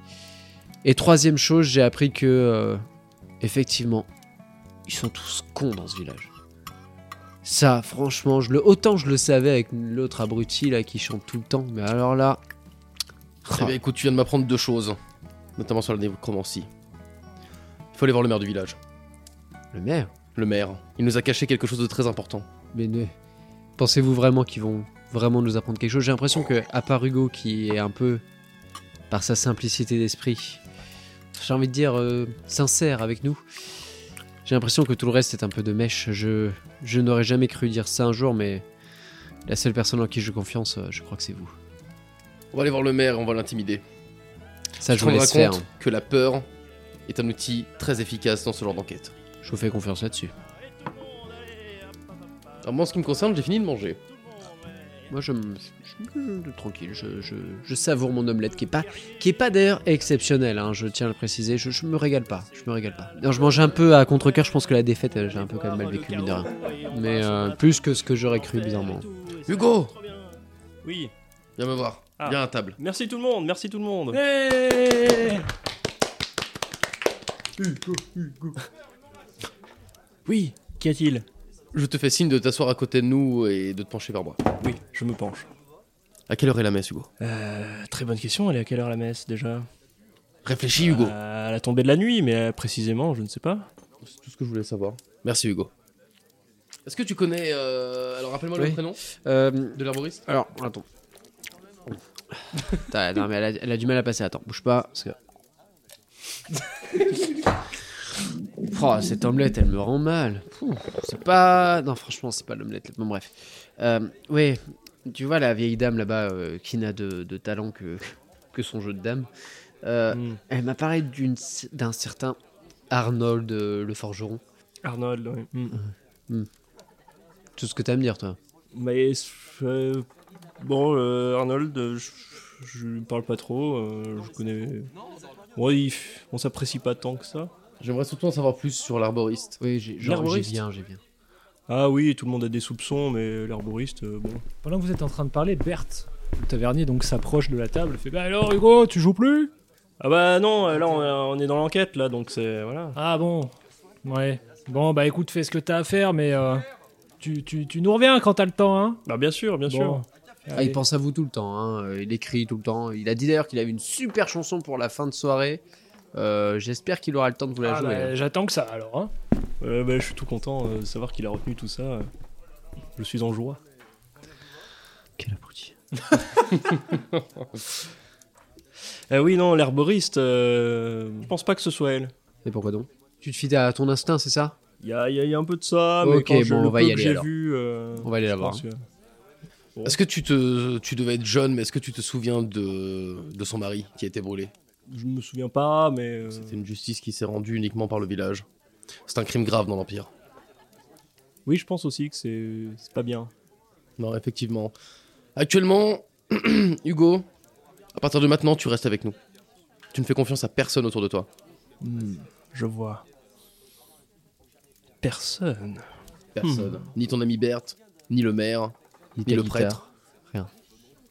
[SPEAKER 3] Et troisième chose, j'ai appris que, euh, effectivement, ils sont tous cons dans ce village. Ça, franchement, je le, autant je le savais avec l'autre abruti là qui chante tout le temps, mais alors là. oh,
[SPEAKER 2] Eh bien, écoute, tu viens de m'apprendre deux choses, notamment sur la nécromancie. Il faut aller voir le maire du village.
[SPEAKER 3] le maire
[SPEAKER 2] Le maire, il nous a caché quelque chose de très important.
[SPEAKER 3] Mais ne- pensez-vous vraiment qu'ils vont vraiment nous apprendre quelque chose J'ai l'impression que, à part Hugo, qui est un peu, par sa simplicité d'esprit, j'ai envie de dire euh, sincère avec nous, j'ai l'impression que tout le reste est un peu de mèche. Je, je n'aurais jamais cru dire ça un jour, mais la seule personne en qui j'ai confiance, euh, je crois que c'est vous.
[SPEAKER 2] On va aller voir le maire, on va l'intimider.
[SPEAKER 3] Ça, je
[SPEAKER 2] Tu
[SPEAKER 3] vous
[SPEAKER 2] te rendras
[SPEAKER 3] laisse faire.
[SPEAKER 2] compte que la peur est un outil très efficace dans ce genre d'enquête.
[SPEAKER 3] hein. Je vous fais confiance là-dessus.
[SPEAKER 2] Alors moi, en ce qui me concerne, j'ai fini de manger.
[SPEAKER 3] Moi, je me. je- je- euh, tranquille, je, je- je savoure mon omelette qui est pas, qui est pas d'ailleurs exceptionnelle, hein, je tiens à le préciser. Je, je me régale pas, je me régale pas. Non, je mange un peu à contre-coeur, je pense que la défaite, euh, j'ai un peu quand même mal vécu, mine de rien. Mais euh, plus que ce que j'aurais cru, bizarrement.
[SPEAKER 2] Hugo
[SPEAKER 4] Oui,
[SPEAKER 2] Viens me voir,
[SPEAKER 4] Ah.
[SPEAKER 2] viens à table.
[SPEAKER 4] merci tout le monde, merci tout le monde. Oui, qu'y a-t-il
[SPEAKER 2] Je te fais signe de t'asseoir à côté de nous et de te pencher vers moi.
[SPEAKER 4] Oui, je me penche.
[SPEAKER 2] À quelle heure est la messe, Hugo
[SPEAKER 4] Euh, très bonne question, elle est à quelle heure la messe déjà
[SPEAKER 2] Réfléchis, Hugo.
[SPEAKER 4] Euh, À la tombée de la nuit, mais euh, précisément, je ne sais pas.
[SPEAKER 2] C'est tout ce que je voulais savoir. Merci, Hugo. Est-ce que tu connais... euh, Alors, rappelle-moi
[SPEAKER 3] Oui.
[SPEAKER 2] le prénom
[SPEAKER 3] Euh,
[SPEAKER 2] de l'herboriste
[SPEAKER 3] alors, attends. Putain, non, mais elle a, elle a du mal à passer, attends, bouge pas, <laughs> parce que. Oh, cette omelette, elle me rend mal. Pouh, C'est pas. Non, franchement, c'est pas l'omelette. Bon, bref. Euh, ouais, Tu vois la vieille dame là-bas euh, qui n'a de, de talent que, que son jeu de dame. euh,
[SPEAKER 4] Hmm.
[SPEAKER 3] Elle m'a parlé d'une- d'un certain Arnold euh, le forgeron.
[SPEAKER 4] Arnold, ouais. Hmm.
[SPEAKER 3] Tout ce que t'as à me dire, toi.
[SPEAKER 4] Mais euh, bon, euh, Arnold, euh, je- je lui parle pas trop. euh, je connais. Ouais, il f- on s'apprécie pas tant que ça.
[SPEAKER 2] J'aimerais surtout en savoir plus sur l'arboriste.
[SPEAKER 3] Oui, j'ai genre, j'y
[SPEAKER 4] L'herboriste.
[SPEAKER 3] viens, j'y viens.
[SPEAKER 4] Ah oui, tout le monde a des soupçons, mais l'herboriste, euh, bon.
[SPEAKER 1] Pendant que vous êtes en train de parler, Berthe, le tavernier, donc s'approche de la table, fait Bah alors, Hugo, tu joues plus
[SPEAKER 4] Ah bah non, euh, là on, on est dans l'enquête là, donc c'est voilà.
[SPEAKER 1] Ah bon Ouais. Bon, bah écoute, fais ce que t'as à faire, mais euh, tu, tu, tu nous reviens quand t'as le temps, hein
[SPEAKER 4] Bah bien sûr, bien
[SPEAKER 1] Bon.
[SPEAKER 4] sûr.
[SPEAKER 3] Ah, il
[SPEAKER 1] Allez.
[SPEAKER 3] pense à vous tout le temps, hein, euh, il écrit tout le temps. Il a dit d'ailleurs qu'il avait une super chanson pour la fin de soirée. Euh, J'espère qu'il aura le temps de vous la
[SPEAKER 1] Ah,
[SPEAKER 3] jouer.
[SPEAKER 1] bah,
[SPEAKER 3] hein.
[SPEAKER 1] J'attends que ça alors, hein
[SPEAKER 4] Euh, bah, je suis tout content euh, de savoir qu'il a retenu tout ça. euh. Je suis en joie.
[SPEAKER 3] Quel abruti.
[SPEAKER 4] Eh oui, non, l'herboriste, euh, je pense pas que ce soit elle.
[SPEAKER 3] Et pourquoi donc Tu te fies à ton instinct, c'est ça
[SPEAKER 4] Il y a, il y a- il y a un peu de ça, mais
[SPEAKER 3] Ok,
[SPEAKER 4] quand je,
[SPEAKER 3] bon,
[SPEAKER 4] le
[SPEAKER 3] on va
[SPEAKER 4] peu
[SPEAKER 3] y
[SPEAKER 4] que
[SPEAKER 3] aller,
[SPEAKER 4] j'ai
[SPEAKER 3] alors.
[SPEAKER 4] vu, euh,
[SPEAKER 3] On va aller
[SPEAKER 4] je
[SPEAKER 3] la voir. hein.
[SPEAKER 4] pense que-
[SPEAKER 2] Est-ce que tu te, tu devais être jeune, mais est-ce que tu te souviens de, de son mari qui a été brûlé
[SPEAKER 4] Je me souviens pas, mais euh,
[SPEAKER 2] C'était une justice qui s'est rendue uniquement par le village. C'est un crime grave dans l'Empire.
[SPEAKER 4] oui, je pense aussi que c'est c'est pas bien.
[SPEAKER 2] Non, effectivement. Actuellement, <clears throat> Hugo, à partir de maintenant, tu restes avec nous. Tu ne fais confiance à personne autour de toi.
[SPEAKER 4] je vois. Personne.
[SPEAKER 2] Personne. Ni ton ami Berthe, ni le maire,
[SPEAKER 3] Ni
[SPEAKER 2] ni le
[SPEAKER 3] ta
[SPEAKER 2] prêtre.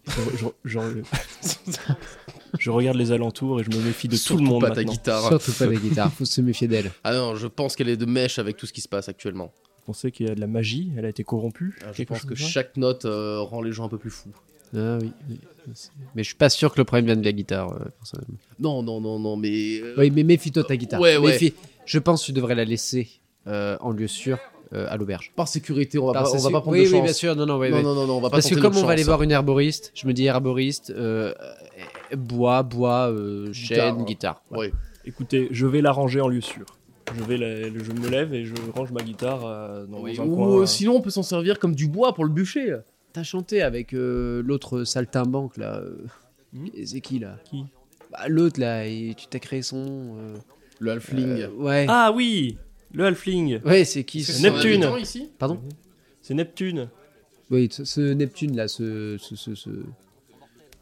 [SPEAKER 4] Je, je- je- <laughs> je regarde les alentours et je me méfie de tout
[SPEAKER 2] Surtout
[SPEAKER 4] le monde
[SPEAKER 2] pas ta
[SPEAKER 4] maintenant.
[SPEAKER 2] guitare.
[SPEAKER 3] Surtout pas les guitares, faut se méfier d'elle.
[SPEAKER 2] Ah non, je pense qu'elle est de mèche avec tout ce qui se passe actuellement.
[SPEAKER 4] On sait qu'il y a de la magie, elle a été corrompue.
[SPEAKER 2] Ah, je
[SPEAKER 4] quelque
[SPEAKER 2] pense
[SPEAKER 4] chose
[SPEAKER 2] que
[SPEAKER 4] comme ça.
[SPEAKER 2] chaque note euh, rend les gens un peu plus fous.
[SPEAKER 3] Ah oui. oui. Mais je suis pas sûr que le problème vienne de la guitare, euh, personnellement.
[SPEAKER 2] Non, non, non, non, mais... euh,
[SPEAKER 3] Oui, mais méfie-toi de ta guitare.
[SPEAKER 2] Ouais, ouais.
[SPEAKER 3] Méfie. Je pense que tu devrais la laisser euh, en lieu sûr euh, à l'auberge.
[SPEAKER 2] Par sécurité, on va,
[SPEAKER 3] Parce
[SPEAKER 2] pas, Bah, on
[SPEAKER 3] que-
[SPEAKER 2] va pas prendre
[SPEAKER 3] oui,
[SPEAKER 2] de chance.
[SPEAKER 3] Oui, bien sûr, non, non, oui,
[SPEAKER 2] non,
[SPEAKER 3] oui.
[SPEAKER 2] non, non, non, on va pas
[SPEAKER 3] Parce que
[SPEAKER 2] tenter
[SPEAKER 3] comme
[SPEAKER 2] notre
[SPEAKER 3] on va aller
[SPEAKER 2] chance.
[SPEAKER 3] voir une herboriste, je me dis herboriste, euh, euh, bois, bois, euh,
[SPEAKER 2] Guitare,
[SPEAKER 3] chêne,
[SPEAKER 2] hein.
[SPEAKER 3] guitare.
[SPEAKER 2] Ouais.
[SPEAKER 4] Écoutez, je vais la ranger en lieu sûr. Je, vais la- je me lève et je range ma guitare euh, dans
[SPEAKER 2] Oui,
[SPEAKER 4] un
[SPEAKER 2] Ou
[SPEAKER 4] coin.
[SPEAKER 2] euh,
[SPEAKER 4] euh.
[SPEAKER 2] sinon, on peut s'en servir comme du bois pour le bûcher.
[SPEAKER 3] T'as chanté avec euh, l'autre saltimbanque là. euh,
[SPEAKER 4] Hmm
[SPEAKER 3] C'est qui là
[SPEAKER 4] Qui
[SPEAKER 3] Bah, L'autre là, et tu t'as créé son. euh,
[SPEAKER 2] Le halfling.
[SPEAKER 3] euh, ouais.
[SPEAKER 4] Ah oui Le halfling
[SPEAKER 3] Ouais, c'est qui
[SPEAKER 4] que
[SPEAKER 3] ce-
[SPEAKER 4] c'est un Neptune. habitant
[SPEAKER 2] ici
[SPEAKER 3] Pardon
[SPEAKER 4] C'est Neptune
[SPEAKER 3] Oui, ce, ce Neptune là, ce, ce, ce, ce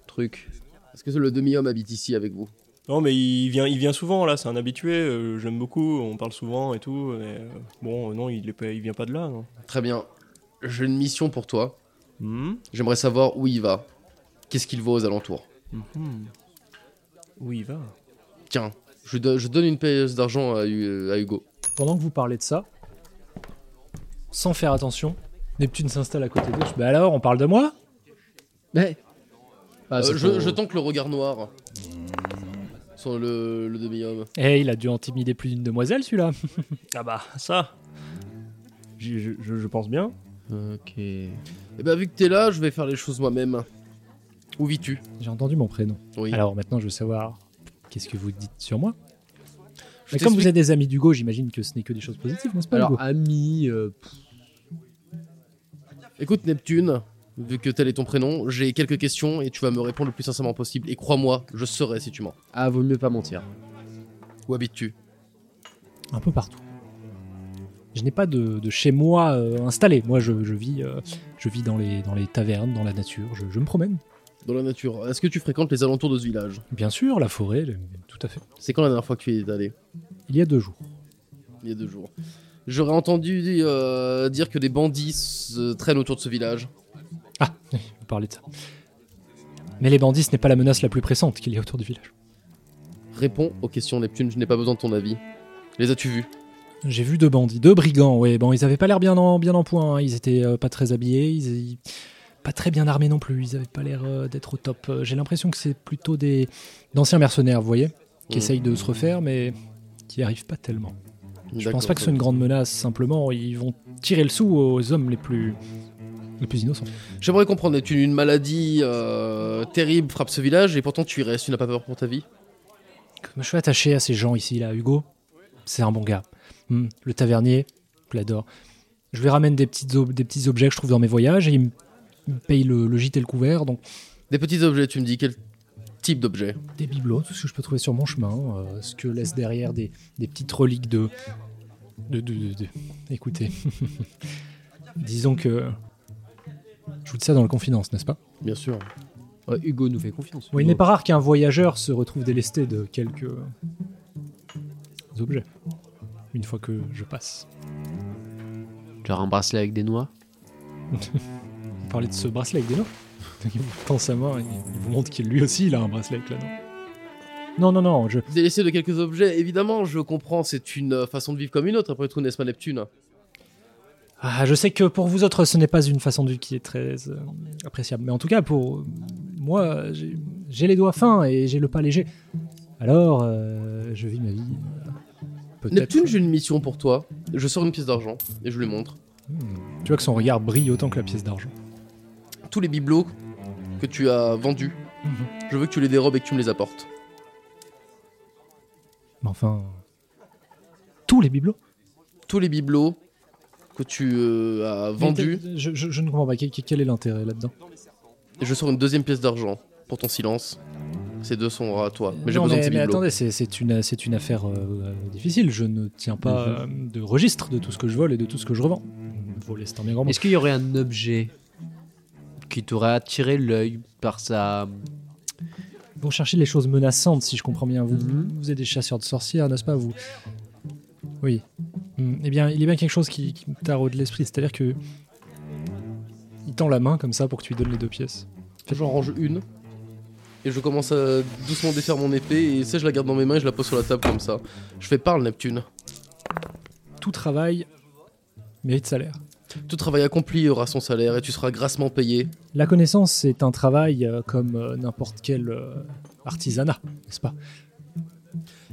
[SPEAKER 3] truc.
[SPEAKER 2] Est-ce que le demi-homme habite ici avec vous
[SPEAKER 4] Non mais il vient, il vient souvent là, c'est un habitué, euh, j'aime beaucoup, on parle souvent et tout. mais, euh, bon, euh, non, il, est pas- il vient pas de là. Non.
[SPEAKER 2] Très bien. J'ai une mission pour toi.
[SPEAKER 4] Hmm
[SPEAKER 2] J'aimerais savoir où il va. Qu'est-ce qu'il voit aux alentours
[SPEAKER 4] Mhm. Où il va
[SPEAKER 2] Tiens, je, do- je donne une pièce d'argent à, Hu- à Hugo.
[SPEAKER 1] Pendant que vous parlez de ça, sans faire attention, Neptune s'installe à côté d'eux. Bah alors, on parle de moi
[SPEAKER 3] Ouais. Ah,
[SPEAKER 2] Euh,
[SPEAKER 3] c'est
[SPEAKER 2] je,
[SPEAKER 3] pour-
[SPEAKER 2] je tente le regard noir sur le, le demi-homme.
[SPEAKER 1] Eh, il a dû intimider plus d'une demoiselle celui-là.
[SPEAKER 4] Ah bah, ça J'y- je, je- je pense bien.
[SPEAKER 3] Ok.
[SPEAKER 2] Eh ben, vu que t'es là, je vais faire les choses moi-même. Où vis-tu
[SPEAKER 1] J'ai entendu mon prénom.
[SPEAKER 2] Oui.
[SPEAKER 1] Alors maintenant, je veux savoir qu'est-ce que vous dites sur moi.
[SPEAKER 2] Je
[SPEAKER 1] Mais comme
[SPEAKER 2] t'explique-
[SPEAKER 1] vous êtes des amis d'Hugo, j'imagine que ce n'est que des choses positives, n'est-ce pas
[SPEAKER 3] Alors
[SPEAKER 1] Hugo
[SPEAKER 3] ami, euh, pff,
[SPEAKER 2] Écoute Neptune, vu que tel est ton prénom, j'ai quelques questions et tu vas me répondre le plus sincèrement possible. Et crois-moi, je saurai si tu mens.
[SPEAKER 3] ah vaut mieux pas mentir.
[SPEAKER 2] Où habites-tu
[SPEAKER 1] Un peu partout. Je n'ai pas de, de chez moi euh, installé. Moi, je, je vis, euh, je vis dans, les, dans les tavernes, dans la nature. Je, je me promène.
[SPEAKER 2] Dans la nature. Est-ce que tu fréquentes les alentours de ce village
[SPEAKER 1] Bien sûr, la forêt, le- tout à fait.
[SPEAKER 2] C'est quand la dernière fois que tu y es allé
[SPEAKER 1] Il y a deux jours.
[SPEAKER 2] Il y a deux jours. J'aurais entendu euh, dire que des bandits se traînent autour de ce village.
[SPEAKER 1] Vous parlez de ça. Mais les bandits, ce n'est pas la menace la plus pressante qu'il y a autour du village.
[SPEAKER 2] Réponds aux questions Neptune, je n'ai pas besoin de ton avis. Les as-tu vus
[SPEAKER 1] J'ai vu deux bandits, deux brigands. Ouais, bon, ils avaient pas l'air bien en, bien en point. hein. Ils étaient euh, pas très habillés, ils, ils- pas très bien armés non plus. Ils avaient pas l'air euh, d'être au top. Euh, J'ai l'impression que c'est plutôt des d'anciens mercenaires, vous voyez, qui
[SPEAKER 2] Mmh.
[SPEAKER 1] essayent de se refaire, mais qui n'y arrivent pas tellement. Je
[SPEAKER 2] D'accord.
[SPEAKER 1] pense pas que ce soit une grande menace. Simplement, ils vont tirer le sou aux hommes les plus les plus innocents.
[SPEAKER 2] J'aimerais comprendre, Neptune, une maladie euh, terrible frappe ce village et pourtant tu y restes, tu n'as pas peur pour ta vie
[SPEAKER 1] Moi, je suis attaché à ces gens ici, là. Hugo, c'est un bon gars. Hmm, Le tavernier, je l'adore. Je lui ramène des, petites ob- des petits objets que je trouve dans mes voyages et il me- paye le, le gîte et le couvert, donc
[SPEAKER 2] Des petits objets, tu me dis quel type d'objet
[SPEAKER 1] des bibelots, tout ce que je peux trouver sur mon chemin, euh, ce que laisse derrière des, des petites reliques de... de, de, de- de- Écoutez, <laughs> disons que... Je vous dis ça dans la confidence, n'est-ce pas
[SPEAKER 2] Bien sûr.
[SPEAKER 3] Euh, Hugo nous fait confiance.
[SPEAKER 1] Bon, Il n'est pas rare qu'un voyageur se retrouve délesté de quelques objets, une fois que je passe.
[SPEAKER 3] Genre un bracelet avec des noix.
[SPEAKER 1] Vous parlez de ce bracelet avec des noix <laughs> Donc Il vous tend sa main et il vous montre qu'il lui aussi il a un bracelet avec la noix. Non, non, non, je...
[SPEAKER 2] Délaissé de quelques objets, évidemment, je comprends, c'est une euh, façon de vivre comme une autre, après tout, n'est-ce pas Neptune
[SPEAKER 1] Ah, je sais que pour vous autres, ce n'est pas une façon de vie qui est très euh, appréciable. Mais en tout cas, pour euh, moi, j'ai- j'ai les doigts fins et j'ai le pas léger. Alors, euh, je vis ma vie. euh, Peut-être.
[SPEAKER 2] Neptune, j'ai une mission pour toi. Je sors une pièce d'argent et je lui montre.
[SPEAKER 1] Hmm. Tu vois que son regard brille autant que la pièce d'argent.
[SPEAKER 2] Tous les bibelots que tu as vendus,
[SPEAKER 1] Mhm.
[SPEAKER 2] je veux que tu les dérobes et que tu me les apportes.
[SPEAKER 1] Mais enfin. Tous les bibelots
[SPEAKER 2] Tous les bibelots que tu euh, as vendus,
[SPEAKER 1] Mais t'as- Je, je- je ne comprends pas. Quel, quel est l'intérêt là-dedans
[SPEAKER 2] et je sors une deuxième pièce d'argent pour ton silence. Ces deux sont à toi, mais j'ai
[SPEAKER 1] Non,
[SPEAKER 2] besoin de ces
[SPEAKER 1] mais
[SPEAKER 2] bibelots.
[SPEAKER 1] attendez, c'est- c'est une, c'est une affaire euh, difficile. Je ne tiens pas
[SPEAKER 2] Mhm.
[SPEAKER 1] euh, de registre de tout ce que je vole et de tout ce que je revends. Voler, c'est un bien grand mot.
[SPEAKER 3] Est-ce qu'il y aurait un objet qui t'aurait attiré l'œil par sa.
[SPEAKER 1] Vous cherchez les choses menaçantes, si je comprends bien. Vous,
[SPEAKER 3] Mhm.
[SPEAKER 1] vous êtes des chasseurs de sorcières, n'est-ce pas vous Oui. Mm, Eh bien, il y a bien quelque chose qui, qui me taraude l'esprit. C'est-à-dire que il tend la main comme ça pour que tu lui donnes les deux pièces.
[SPEAKER 2] J'en range une et je commence à doucement défaire mon épée et ça je la garde dans mes mains et je la pose sur la table comme ça. Je fais parle Neptune.
[SPEAKER 1] Tout travail mérite salaire.
[SPEAKER 2] Tout travail accompli aura son salaire et tu seras grassement payé.
[SPEAKER 1] La connaissance, c'est un travail euh, comme euh, n'importe quel euh, artisanat, n'est-ce pas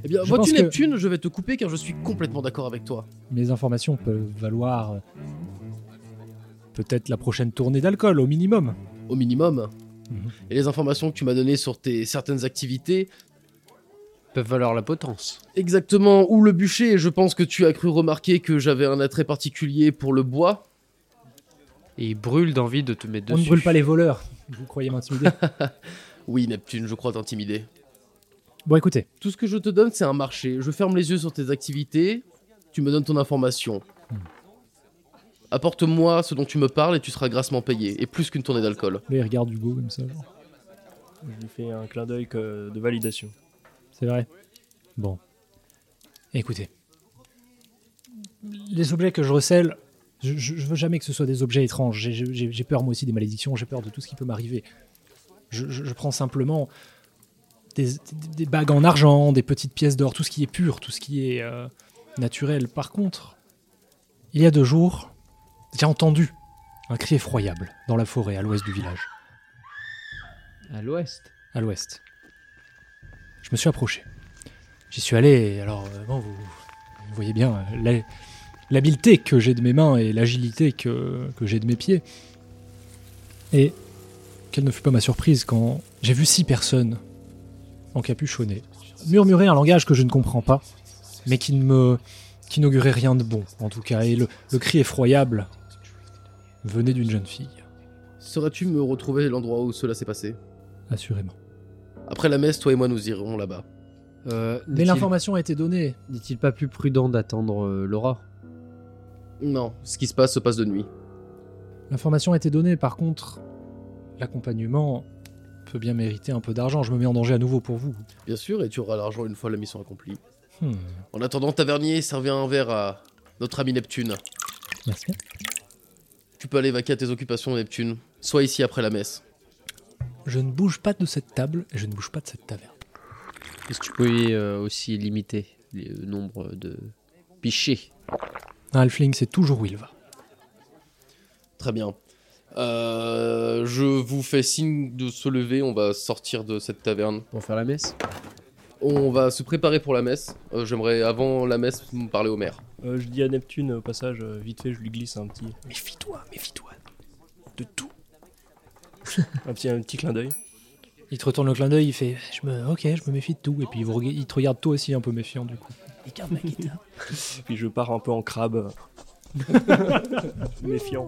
[SPEAKER 2] Eh bien,
[SPEAKER 1] Je pense
[SPEAKER 2] vois-tu
[SPEAKER 1] que-
[SPEAKER 2] Neptune, je vais te couper car je suis complètement d'accord avec toi.
[SPEAKER 1] Mes informations peuvent valoir euh, peut-être la prochaine tournée d'alcool, au minimum.
[SPEAKER 2] Au minimum.
[SPEAKER 1] Mhm.
[SPEAKER 2] Et les informations que tu m'as données sur tes certaines activités,
[SPEAKER 3] peuvent valoir la potence
[SPEAKER 2] exactement où le bûcher, et je pense que tu as cru remarquer que j'avais un attrait particulier pour le bois.
[SPEAKER 3] Et il brûle d'envie de te mettre dessus.
[SPEAKER 1] On ne brûle pas les voleurs. Vous croyez m'intimider
[SPEAKER 2] Oui Neptune, je crois t'intimider.
[SPEAKER 1] Bon, écoutez.
[SPEAKER 2] Tout ce que je te donne, c'est un marché. Je ferme les yeux sur tes activités, tu me donnes ton information. Apporte-moi ce dont tu me parles et tu seras grassement payé, et plus qu'une tournée d'alcool.
[SPEAKER 1] Là, il regarde Hugo comme ça. genre.
[SPEAKER 4] Je lui fais un clin d'œil que- de validation.
[SPEAKER 1] C'est vrai. Bon. Écoutez. Les objets que je recèle, je, je- je veux jamais que ce soit des objets étranges. J'ai- J'ai j'ai peur, moi aussi, des malédictions. J'ai peur de tout ce qui peut m'arriver. Je, je- je prends simplement des, des- des bagues en argent, des petites pièces d'or, tout ce qui est pur, tout ce qui est euh, naturel. Par contre, il y a deux jours, j'ai entendu un cri effroyable dans la forêt à l'ouest du village.
[SPEAKER 3] À l'ouest.
[SPEAKER 1] à l'ouest. Je me suis approché. J'y suis allé, et alors, euh, bon, vous, vous voyez bien euh, la- l'habileté que j'ai de mes mains et l'agilité que, que j'ai de mes pieds. Et quelle ne fut pas ma surprise quand j'ai vu six personnes encapuchonnées murmurer un langage que je ne comprends pas, mais qui ne me qui n'augurait rien de bon, en tout cas. Et le, le cri effroyable venait d'une jeune fille,
[SPEAKER 2] Sauras-tu me retrouver l'endroit où cela s'est passé
[SPEAKER 1] assurément.
[SPEAKER 2] Après la messe, toi et moi nous irons là-bas.
[SPEAKER 3] Euh,
[SPEAKER 1] Mais
[SPEAKER 3] n'est-il-
[SPEAKER 1] l'information a été donnée,
[SPEAKER 3] N'est-il pas plus prudent d'attendre euh, Laura
[SPEAKER 2] Non, ce qui se passe se passe de nuit.
[SPEAKER 1] L'information a été donnée, par contre, l'accompagnement peut bien mériter un peu d'argent. Je me mets en danger à nouveau pour vous. Hmm.
[SPEAKER 2] Bien sûr, et tu auras l'argent une fois la mission accomplie. En attendant, Tavernier, servez un verre à notre ami Neptune.
[SPEAKER 1] Merci.
[SPEAKER 2] Tu peux aller vaquer à tes occupations, Neptune. Sois ici après la messe.
[SPEAKER 1] Je ne bouge pas de cette table et je ne bouge pas de cette taverne.
[SPEAKER 3] Est-ce que tu pouvais euh, aussi limiter les- le nombre de pichets
[SPEAKER 1] Un halfling, c'est toujours où il va.
[SPEAKER 2] Très bien. Euh, je vous fais signe de se lever, on va sortir de cette taverne.
[SPEAKER 3] pour faire la messe
[SPEAKER 2] On va se préparer pour la messe. Euh, J'aimerais, avant la messe, me parler au maire.
[SPEAKER 4] Euh, je dis à Neptune, au passage, euh, vite fait, je lui glisse un petit,
[SPEAKER 1] Méfie-toi, méfie-toi.
[SPEAKER 4] un petit, un petit clin d'œil.
[SPEAKER 1] Il te retourne le clin d'œil, il fait je me, Ok, je me méfie de tout. Et puis il, vous rega- il te regarde toi aussi un peu méfiant du coup.
[SPEAKER 4] Puis je pars un peu en <laughs> crabe, euh, méfiant.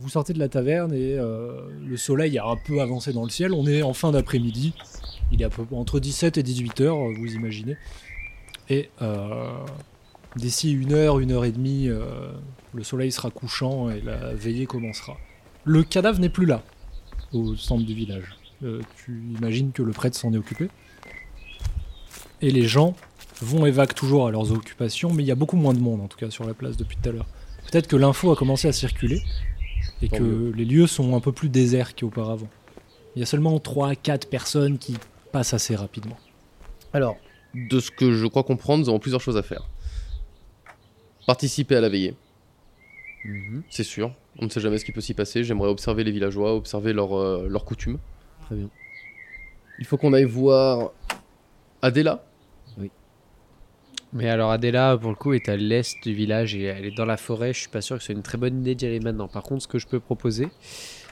[SPEAKER 1] Vous sortez de la taverne et euh, le soleil a un peu avancé dans le ciel. On est en fin d'après-midi. Il est à peu, entre 17 et 18 heures, euh, vous imaginez. Et euh, d'ici une heure, une heure et demie, euh, le soleil sera couchant et la veillée commencera. Le cadavre n'est plus là, au centre du village. Euh, tu imagines que le prêtre s'en est occupé. Et les gens vont et vaguent toujours à leurs occupations, mais il y a beaucoup moins de monde en tout cas sur la place depuis tout à l'heure. Peut-être que l'info a commencé à circuler et
[SPEAKER 2] Tant
[SPEAKER 1] que
[SPEAKER 2] mieux.
[SPEAKER 1] les lieux sont un peu plus déserts qu'auparavant. Il y a seulement 3-4 personnes qui passent assez rapidement.
[SPEAKER 3] Alors,
[SPEAKER 2] De ce que je crois comprendre, nous aurons plusieurs choses à faire. Participer à la veillée,
[SPEAKER 3] Mhm.
[SPEAKER 2] c'est sûr. On ne sait jamais ce qui peut s'y passer. J'aimerais observer les villageois, observer leurs euh, leurs coutumes.
[SPEAKER 3] Très bien.
[SPEAKER 2] Il faut qu'on aille voir Adela.
[SPEAKER 3] Mais alors Adela, pour le coup, est à l'est du village et elle est dans la forêt. Je suis pas sûr que c'est une très bonne idée d'y aller maintenant. Par contre, ce que je peux proposer,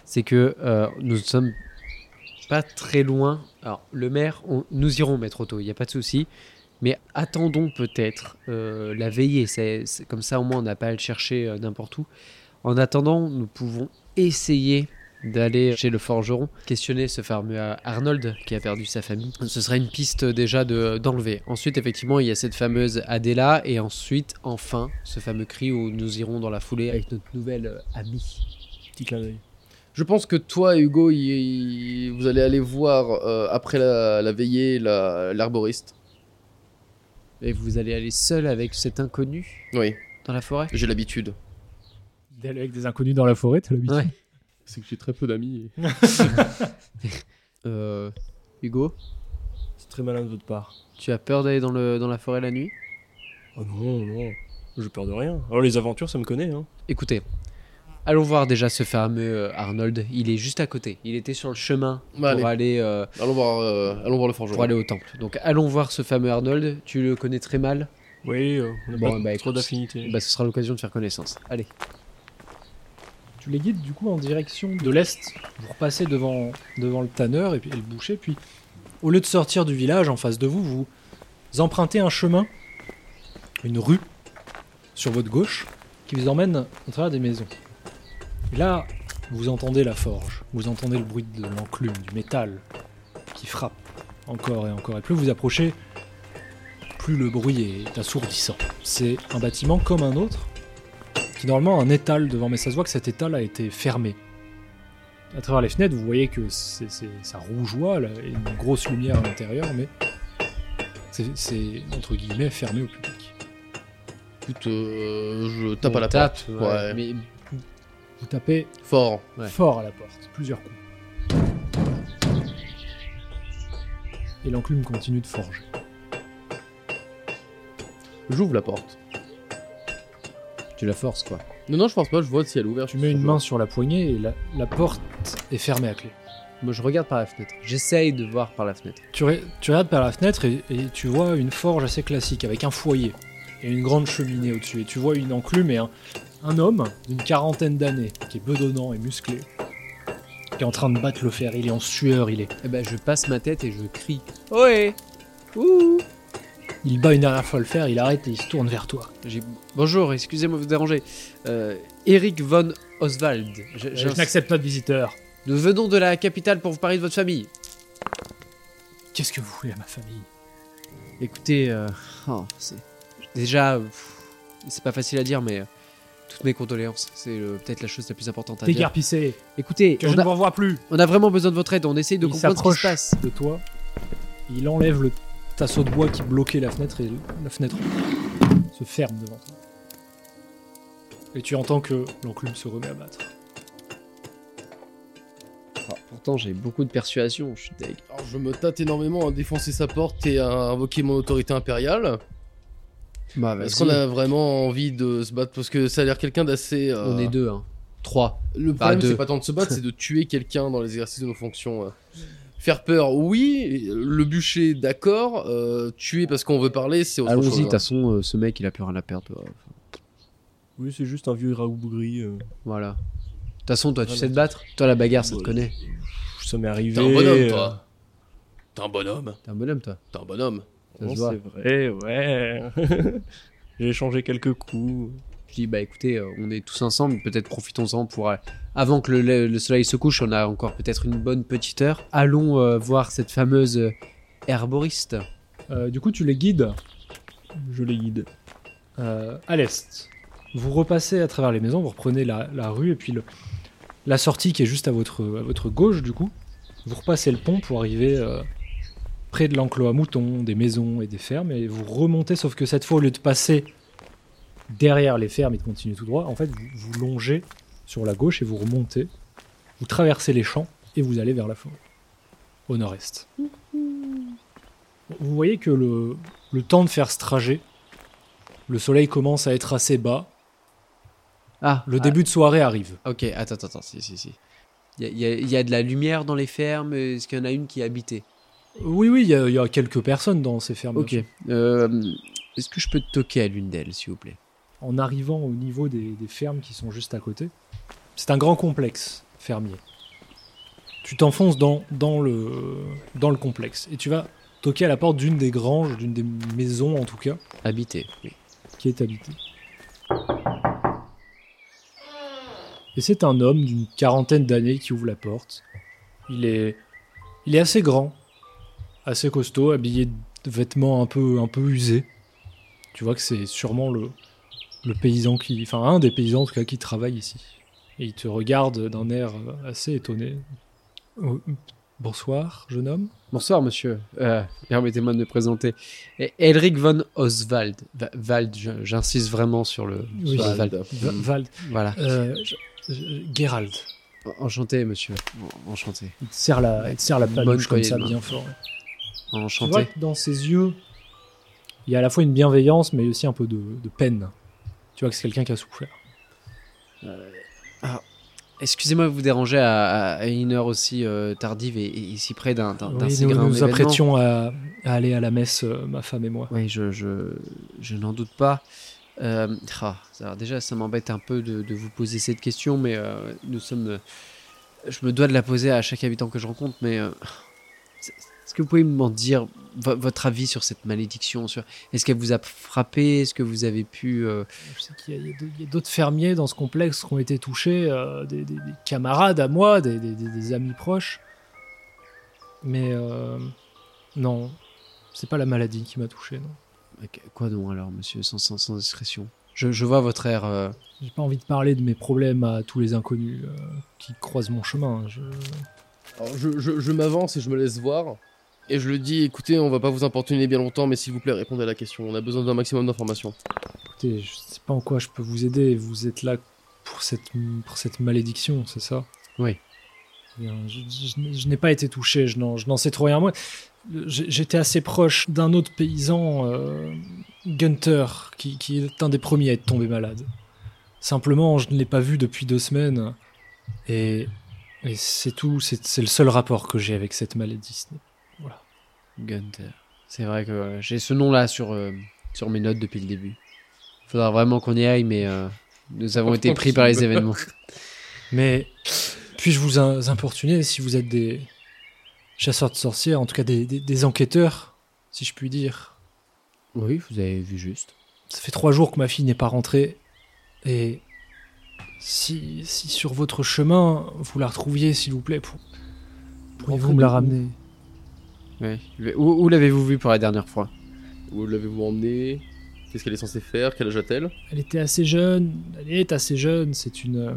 [SPEAKER 3] c'est que euh, nous sommes pas très loin. Alors, le maire, on- nous irons mettre auto, il n'y a pas de souci. Mais attendons peut-être euh, la veillée. C'est c'est- comme ça, au moins, on n'a pas à le chercher euh, n'importe où. En attendant, nous pouvons essayer d'aller chez le forgeron, questionner ce fameux euh, Arnold qui a perdu sa famille. Ce serait une piste euh, déjà de- d'enlever. ensuite, effectivement, il y a cette fameuse Adela, et ensuite, enfin, ce fameux cri où nous irons dans la foulée avec notre nouvelle euh, amie.
[SPEAKER 4] Petit clin d'œil.
[SPEAKER 2] Je pense que toi, Hugo, y- y- vous allez aller voir euh, après la, la veillée la- l'arboriste.
[SPEAKER 3] Et vous allez aller seul avec cet inconnu
[SPEAKER 2] oui,
[SPEAKER 3] dans la forêt
[SPEAKER 2] j'ai l'habitude.
[SPEAKER 1] D'aller avec des inconnus dans la forêt, t'as l'habitude
[SPEAKER 3] Ouais.
[SPEAKER 2] C'est que j'ai très peu d'amis.
[SPEAKER 3] Euh, Hugo,
[SPEAKER 4] C'est très malin de votre part.
[SPEAKER 3] tu as peur d'aller dans, le, dans la forêt la nuit
[SPEAKER 4] Oh non, non. J'ai peur de rien. Alors les aventures, ça me connaît. Hein.
[SPEAKER 3] Écoutez, allons voir déjà ce fameux euh, Arnold. Il est juste à côté. Il était sur le chemin
[SPEAKER 2] Bah,
[SPEAKER 3] pour aller... euh,
[SPEAKER 2] Allons voir, euh, allons voir le forgeron.
[SPEAKER 3] pour aller au temple. Donc allons voir ce fameux Arnold, tu le connais très mal,
[SPEAKER 4] Oui, euh, on n'a
[SPEAKER 3] Bon,
[SPEAKER 4] pas
[SPEAKER 3] bah,
[SPEAKER 4] trop
[SPEAKER 3] écoute,
[SPEAKER 4] d'affinité.
[SPEAKER 3] bah, ce sera l'occasion de faire connaissance. Allez.
[SPEAKER 1] Tu les guides du coup en direction de l'est. Vous repassez devant, devant le tanneur et, puis, et le boucher. Puis, au lieu de sortir du village en face de vous, vous empruntez un chemin, une rue sur votre gauche qui vous emmène au travers des maisons. Et là, vous entendez la forge, vous entendez le bruit de l'enclume, du métal qui frappe encore et encore. Et plus vous approchez, plus le bruit est assourdissant. C'est un bâtiment comme un autre, qui est normalement un étal devant, mais ça se voit que cet étal a été fermé. À travers les fenêtres, vous voyez que c'est, c'est- ça rougeoie, là, et une grosse lumière à l'intérieur, mais c'est, c'est, entre guillemets fermé au public.
[SPEAKER 2] Écoute, euh, je tape
[SPEAKER 3] On
[SPEAKER 2] à la
[SPEAKER 3] tape,
[SPEAKER 2] porte.
[SPEAKER 3] ouais,
[SPEAKER 2] Ouais.
[SPEAKER 3] Mais
[SPEAKER 1] Vous tapez
[SPEAKER 2] Fort.
[SPEAKER 3] Ouais.
[SPEAKER 1] fort à la porte, plusieurs coups. Et l'enclume continue de forger.
[SPEAKER 2] J'ouvre la porte.
[SPEAKER 3] tu la forces quoi.
[SPEAKER 2] Non, non, je pense pas. Je vois si elle est ouverte.
[SPEAKER 1] Tu mets une main sur la poignée et la, la porte est fermée à clé.
[SPEAKER 3] Moi je regarde par la fenêtre. J'essaye de voir par la fenêtre.
[SPEAKER 1] Tu, re- tu regardes par la fenêtre et, et tu vois une forge assez classique avec un foyer et une grande cheminée au-dessus. Et tu vois une enclume et un, un homme d'une quarantaine d'années qui est bedonnant et musclé, qui est en train de battre le fer. Il est en sueur, il est.
[SPEAKER 3] Et ben je passe ma tête et je crie. Ohé Ouh
[SPEAKER 1] Il bat une dernière fois le fer, il arrête et il se tourne vers toi.
[SPEAKER 3] J'ai- Bonjour, excusez-moi de vous déranger. Euh, Eric von Oswald. Je- j'ai un-
[SPEAKER 1] notre visiteur.
[SPEAKER 3] Nous venons de la capitale pour vous parler de votre famille.
[SPEAKER 1] Qu'est-ce que vous voulez à ma famille
[SPEAKER 3] Écoutez, euh, oh, c'est- déjà, pff, c'est pas facile à dire, mais euh, toutes mes condoléances, c'est euh, peut-être la chose la plus importante à dire.
[SPEAKER 1] Dégarpissé,
[SPEAKER 3] Écoutez, on a-
[SPEAKER 1] vous revois plus.
[SPEAKER 3] On a vraiment besoin de votre aide, on essaye de
[SPEAKER 1] il
[SPEAKER 3] comprendre ce qui
[SPEAKER 1] s'approche
[SPEAKER 3] se passe.
[SPEAKER 1] de toi. Il enlève le tasseau de bois qui bloquait la fenêtre et la fenêtre se ferme devant toi. Et tu entends que l'enclume se remet à battre.
[SPEAKER 3] Oh, pourtant, j'ai beaucoup de persuasion, je suis deg.
[SPEAKER 2] Alors, je me tâte énormément à défoncer sa porte et à invoquer mon autorité impériale.
[SPEAKER 3] Bah,
[SPEAKER 2] Est-ce qu'on a vraiment envie de se battre Parce que ça a l'air quelqu'un d'assez. euh,
[SPEAKER 3] On est deux, hein. Trois.
[SPEAKER 2] Le
[SPEAKER 3] Bah,
[SPEAKER 2] problème,
[SPEAKER 3] deux.
[SPEAKER 2] c'est pas tant de se battre, c'est de tuer quelqu'un dans l'exercice de nos fonctions. euh. Faire peur, oui. Le bûcher, d'accord. euh, tuer parce qu'on veut parler, c'est autre chose. hein.
[SPEAKER 3] façon, euh, ce mec, il a plus rien à perdre. toi.
[SPEAKER 4] Oui, c'est juste un vieux raoub gris. euh,
[SPEAKER 3] Voilà. De toute façon, toi, tu
[SPEAKER 4] Voilà.
[SPEAKER 3] sais te battre. Toi, la bagarre, ça te
[SPEAKER 4] Voilà.
[SPEAKER 3] connaît.
[SPEAKER 4] ça m'est arrivé.
[SPEAKER 2] T'es un bonhomme,
[SPEAKER 4] euh,
[SPEAKER 2] toi. T'es un bonhomme.
[SPEAKER 3] T'es un bonhomme, toi.
[SPEAKER 2] T'es un bonhomme.
[SPEAKER 3] Ça
[SPEAKER 4] non,
[SPEAKER 3] se voit.
[SPEAKER 4] <laughs> c'est vrai, ouais. J'ai échangé quelques coups.
[SPEAKER 3] Je dis, bah écoutez, euh, on est tous ensemble, peut-être profitons-en pour. euh, avant que le, le- le soleil se couche, on a encore peut-être une bonne petite heure. Allons euh, voir cette fameuse euh, herboriste.
[SPEAKER 1] Euh, du coup, tu les guides. Je les guide. Euh, à l'est. Vous repassez à travers les maisons, vous reprenez la, la rue et puis le- la sortie qui est juste à votre, à votre gauche, du coup. Vous repassez le pont pour arriver euh, près de l'enclos à moutons, des maisons et des fermes et vous remontez, sauf que cette fois, au lieu de passer derrière les fermes et de continuer tout droit, en fait, vous, vous longez sur la gauche et vous remontez. Vous traversez les champs et vous allez vers la forêt, au nord-est vous voyez que le, le temps de faire ce trajet, le soleil commence à être assez bas.
[SPEAKER 3] Ah,
[SPEAKER 1] Le
[SPEAKER 3] ah,
[SPEAKER 1] début de soirée arrive.
[SPEAKER 3] Ok, attends, attends, attends, si, si, si. Il y, a- y a- y a de la lumière dans les fermes, est-ce qu'il y en a une qui est habitée
[SPEAKER 1] Oui, oui, il y, a- il y a quelques personnes dans ces fermes.
[SPEAKER 3] Ok. euh, est-ce que je peux toquer à l'une d'elles, s'il vous plaît
[SPEAKER 1] En arrivant au niveau des, des fermes qui sont juste à côté, c'est un grand complexe fermier. Tu t'enfonces dans, dans, le, dans le complexe et tu vas toquer à la porte d'une des granges, d'une des maisons en tout cas,
[SPEAKER 3] Habitée, oui.
[SPEAKER 1] qui est habitée. Et c'est un homme d'une quarantaine d'années qui ouvre la porte. Il est, il est assez grand, assez costaud, habillé de vêtements un peu, un peu usés. Tu vois que c'est sûrement le, le paysan qui, enfin un des paysans en tout cas qui travaille ici. Et il te regarde d'un air assez étonné. Oh, Bonsoir, jeune homme.
[SPEAKER 3] Bonsoir, monsieur. Euh, Permettez-moi de me présenter. Eh, Elric von Oswald. Va- Wald, je- j'insiste vraiment sur le.
[SPEAKER 1] Oui.
[SPEAKER 3] sur
[SPEAKER 2] Bah,
[SPEAKER 3] le Wald.
[SPEAKER 1] Va- Vald.
[SPEAKER 3] Voilà.
[SPEAKER 1] Euh, je- je- Gerald.
[SPEAKER 3] Enchanté, monsieur. En- Enchanté.
[SPEAKER 1] Il te serre la, il te serre la
[SPEAKER 3] Bonne
[SPEAKER 1] paluche comme
[SPEAKER 3] poignée
[SPEAKER 1] ça,
[SPEAKER 3] de main.
[SPEAKER 1] bien fort. Tu vois
[SPEAKER 3] Enchanté.
[SPEAKER 1] que dans ses yeux, il y a à la fois une bienveillance, mais aussi un peu de, de peine. Tu vois que c'est quelqu'un qui a souffert.
[SPEAKER 3] Excusez-moi de vous déranger à, à- à une heure aussi euh, tardive et, et ici près d'un d'un- d'un
[SPEAKER 1] Oui,
[SPEAKER 3] si
[SPEAKER 1] nous
[SPEAKER 3] grand
[SPEAKER 1] nous
[SPEAKER 3] événement.
[SPEAKER 1] apprêtions à, à aller à la messe, euh, ma femme et moi.
[SPEAKER 3] Oui, je, je, je n'en doute pas. Euh, ah, alors déjà, ça m'embête un peu de, de vous poser cette question, mais euh, nous sommes. euh, je me dois de la poser à chaque habitant que je rencontre, mais euh, c'est- est-ce que vous pouvez m'en dire vo- votre avis sur cette malédiction sur Est-ce qu'elle vous a frappé Est-ce que vous avez pu euh,
[SPEAKER 1] Je sais qu'il y a- il y a, d'autres- il y a d'autres fermiers dans ce complexe qui ont été touchés, euh, des, des- des camarades à moi, des, des- des- des amis proches. Mais euh, non, c'est pas la maladie qui m'a touché. Non,
[SPEAKER 3] Quoi donc alors, monsieur, sans, sans, sans discrétion je, je vois votre air. euh,
[SPEAKER 1] j'ai pas envie de parler de mes problèmes à tous les inconnus euh, qui croisent mon chemin. hein. Je...
[SPEAKER 2] Alors, je, je- je m'avance et je me laisse voir. Et je le dis, écoutez, on va pas vous importuner bien longtemps, mais s'il vous plaît, répondez à la question. On a besoin d'un maximum d'informations.
[SPEAKER 1] Écoutez, je sais pas en quoi je peux vous aider. Vous êtes là pour cette, pour cette malédiction, c'est ça Eh
[SPEAKER 3] Oui.
[SPEAKER 1] Bien, je je n'ai- je n'ai pas été touché, je n'en je n'en sais trop rien. Moi, le- j'ai- j'étais assez proche d'un autre paysan, euh, Gunther, qui, qui est un des premiers à être tombé malade. Simplement, je ne l'ai pas vu depuis deux semaines. Et, et c'est tout, c'est c'est le seul rapport que j'ai avec cette maladie. Ce n'est-
[SPEAKER 3] Gunther. C'est vrai que euh, j'ai ce nom-là sur, euh, sur mes notes depuis le début. Faudra vraiment qu'on y aille, mais euh, nous avons été pris par les événements. <laughs>
[SPEAKER 1] Mais puis-je vous in- importuner si vous êtes des chasseurs de sorcières, en tout cas des, des- des enquêteurs, si je puis dire
[SPEAKER 3] Oui, vous avez vu juste.
[SPEAKER 1] Ça fait trois jours que ma fille n'est pas rentrée, et si, si sur votre chemin vous la retrouviez, s'il vous plaît, pour, pourriez-vous me la ramener
[SPEAKER 3] Oui. Le- Où, où l'avez-vous vue pour la dernière fois
[SPEAKER 2] Où l'avez-vous emmenée Qu'est-ce qu'elle est censée faire Quel âge a-t-elle
[SPEAKER 1] Elle était assez jeune, elle est assez jeune, c'est une, euh,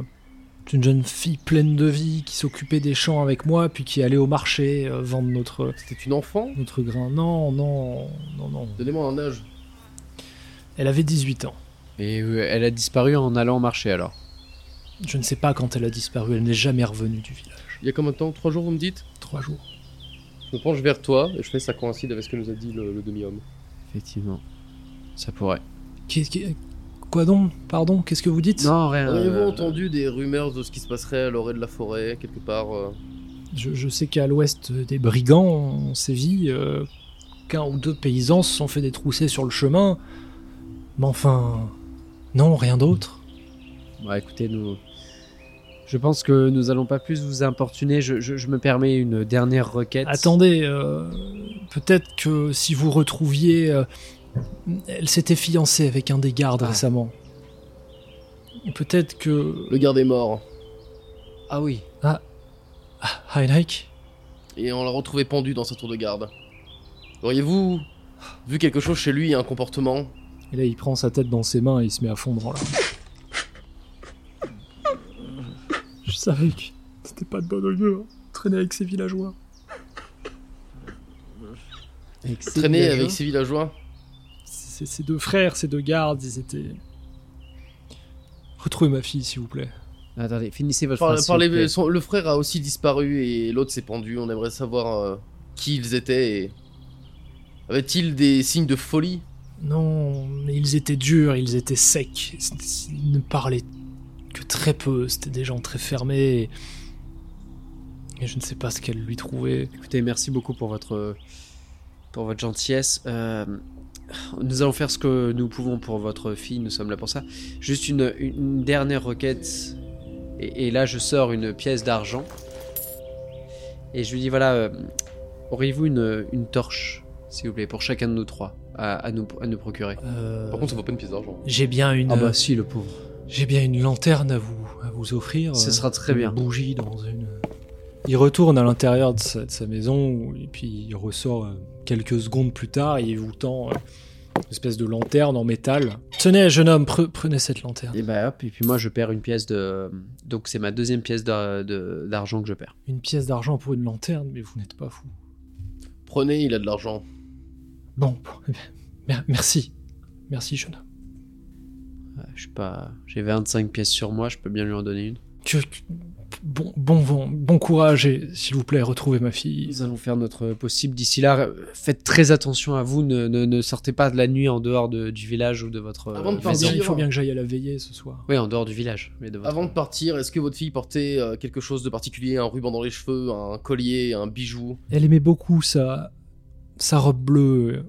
[SPEAKER 1] c'est une jeune fille pleine de vie qui s'occupait des champs avec moi, puis qui allait au marché euh, vendre notre,
[SPEAKER 2] C'était une enfant
[SPEAKER 1] notre grain. Non, non, non, non.
[SPEAKER 2] Donnez-moi un âge.
[SPEAKER 1] Elle avait 18 ans.
[SPEAKER 3] Et euh, elle a disparu en allant marcher alors.
[SPEAKER 1] Je ne sais pas quand elle a disparu, elle n'est jamais revenue du village.
[SPEAKER 2] Il y a combien de temps Trois jours, vous me dites
[SPEAKER 1] Trois jours.
[SPEAKER 2] Je me penche vers toi et je fais ça coïncide avec ce que nous a dit le, le demi-homme.
[SPEAKER 3] Effectivement. Ça pourrait.
[SPEAKER 1] Qu'est- qu'est- Quoi donc Pardon Qu'est-ce que vous dites
[SPEAKER 3] Non, rien.
[SPEAKER 2] Avez-vous
[SPEAKER 3] euh,
[SPEAKER 2] entendu des rumeurs de ce qui se passerait à l'orée de la forêt, quelque part euh,
[SPEAKER 1] je, je sais qu'à l'ouest des brigands, on sévit, euh, qu'un ou deux paysans se sont fait détrousser sur le chemin. Mais enfin. Non, rien d'autre.
[SPEAKER 3] Bah écoutez, nous. Je pense que nous allons pas plus vous importuner. Je, je- je me permets une dernière requête.
[SPEAKER 1] Attendez, euh, peut-être que si vous retrouviez. euh, elle s'était fiancée avec un des gardes
[SPEAKER 3] Ah.
[SPEAKER 1] récemment. Peut-être que.
[SPEAKER 2] Le garde est mort.
[SPEAKER 3] Ah oui.
[SPEAKER 1] Ah, Heinrich
[SPEAKER 2] Et on l'a retrouvé pendu dans sa tour de garde. Auriez-vous vu quelque chose chez lui, un comportement
[SPEAKER 1] Et là, il prend sa tête dans ses mains et il se met à fondre en larmes. Je savais que c'était pas de bonne augure, hein. traîner avec ces villageois.
[SPEAKER 2] Traîner avec ses villageois
[SPEAKER 1] Ces ces deux frères, ces deux gardes, ils étaient. Retrouvez ma fille, s'il vous plaît.
[SPEAKER 3] Attendez, finissez votre
[SPEAKER 2] Par-
[SPEAKER 3] phrase.
[SPEAKER 2] par
[SPEAKER 3] s'il
[SPEAKER 2] les-
[SPEAKER 3] vous plaît.
[SPEAKER 2] son- Le frère a aussi disparu et l'autre s'est pendu. On aimerait savoir euh, qui ils étaient et. Avait-il des signes de folie
[SPEAKER 6] Non, mais ils étaient durs, ils étaient secs, c'était- ils ne parlaient que très peu, c'était des gens très fermés. Et je ne sais pas ce qu'elle lui trouvait.
[SPEAKER 3] Écoutez, merci beaucoup pour votre, pour votre gentillesse. Euh, nous allons faire ce que nous pouvons pour votre fille, nous sommes là pour ça. Juste une, une dernière requête. Et, et là, je sors une pièce d'argent. Et je lui dis, voilà, euh, auriez-vous une, une torche, s'il vous plaît, pour chacun de nous trois, à, à nous, à nous procurer
[SPEAKER 6] Euh,
[SPEAKER 2] Par contre, ça vaut pas une pièce d'argent.
[SPEAKER 6] j'ai bien
[SPEAKER 1] Ah
[SPEAKER 6] une,
[SPEAKER 3] Ah
[SPEAKER 1] bah,
[SPEAKER 3] bah, si, le pauvre.
[SPEAKER 6] j'ai bien une lanterne à vous, à vous offrir.
[SPEAKER 3] Ce
[SPEAKER 6] euh,
[SPEAKER 3] sera très bien.
[SPEAKER 6] Une bougie dans une. euh,
[SPEAKER 1] Il retourne à l'intérieur de, sa- de sa maison, où- et puis il ressort euh, quelques secondes plus tard et il vous tend euh, une espèce de lanterne en métal.
[SPEAKER 6] Tenez, jeune homme, pre- prenez cette lanterne.
[SPEAKER 3] Et bah hop, et puis moi, je perds une pièce de. Donc, c'est ma deuxième pièce d'ar- de- d'argent que je perds.
[SPEAKER 6] Une pièce d'argent pour une lanterne, mais vous n'êtes pas fou.
[SPEAKER 2] Prenez, il a de l'argent.
[SPEAKER 6] Bon, bon, eh mer- merci. Merci, jeune homme.
[SPEAKER 3] Euh, Je suis pas. J'ai 25 pièces sur moi, je peux bien lui en donner une.
[SPEAKER 6] Que- que- bon, bon vent, bon courage et s'il vous plaît, retrouvez ma fille.
[SPEAKER 3] Nous allons faire notre possible d'ici là. Euh, Faites très attention à vous, ne, ne- ne sortez pas de la nuit en dehors de- du village ou de votre euh,
[SPEAKER 2] Avant de
[SPEAKER 6] Il faut
[SPEAKER 3] maison.
[SPEAKER 6] bien- il
[SPEAKER 2] partir.
[SPEAKER 6] faut bien que j'aille à la veillée ce soir.
[SPEAKER 3] Oui, en dehors du village, mais de votre-
[SPEAKER 2] Avant de partir, est-ce que votre fille portait euh, quelque chose de particulier Un ruban dans les cheveux, un collier, un bijou
[SPEAKER 6] Elle aimait beaucoup sa, sa robe bleue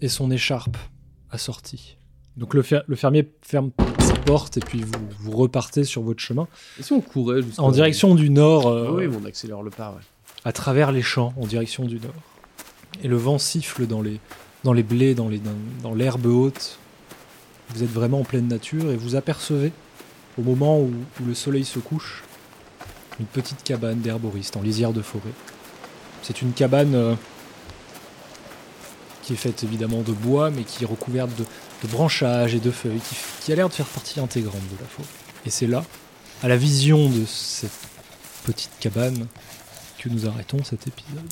[SPEAKER 6] et son écharpe assortie.
[SPEAKER 1] Donc le, fer- le fermier ferme sa porte et puis vous, vous repartez sur votre chemin
[SPEAKER 2] Et si on courait jusqu'à-
[SPEAKER 1] en direction du nord,
[SPEAKER 3] Ah
[SPEAKER 1] euh,
[SPEAKER 3] Euh, oui, mais on accélère le pas. ouais.
[SPEAKER 1] à travers les champs, en direction du nord. Et le vent siffle dans les, dans les blés, dans les- dans- dans l'herbe haute. Vous êtes vraiment en pleine nature et vous apercevez, au moment où, où le soleil se couche, une petite cabane d'herboriste en lisière de forêt. C'est une cabane euh, qui est faite évidemment de bois, mais qui est recouverte de, de branchages et de feuilles, qui, f- qui a l'air de faire partie intégrante de la forêt. Et c'est là, à la vision de cette petite cabane, que nous arrêtons cet épisode.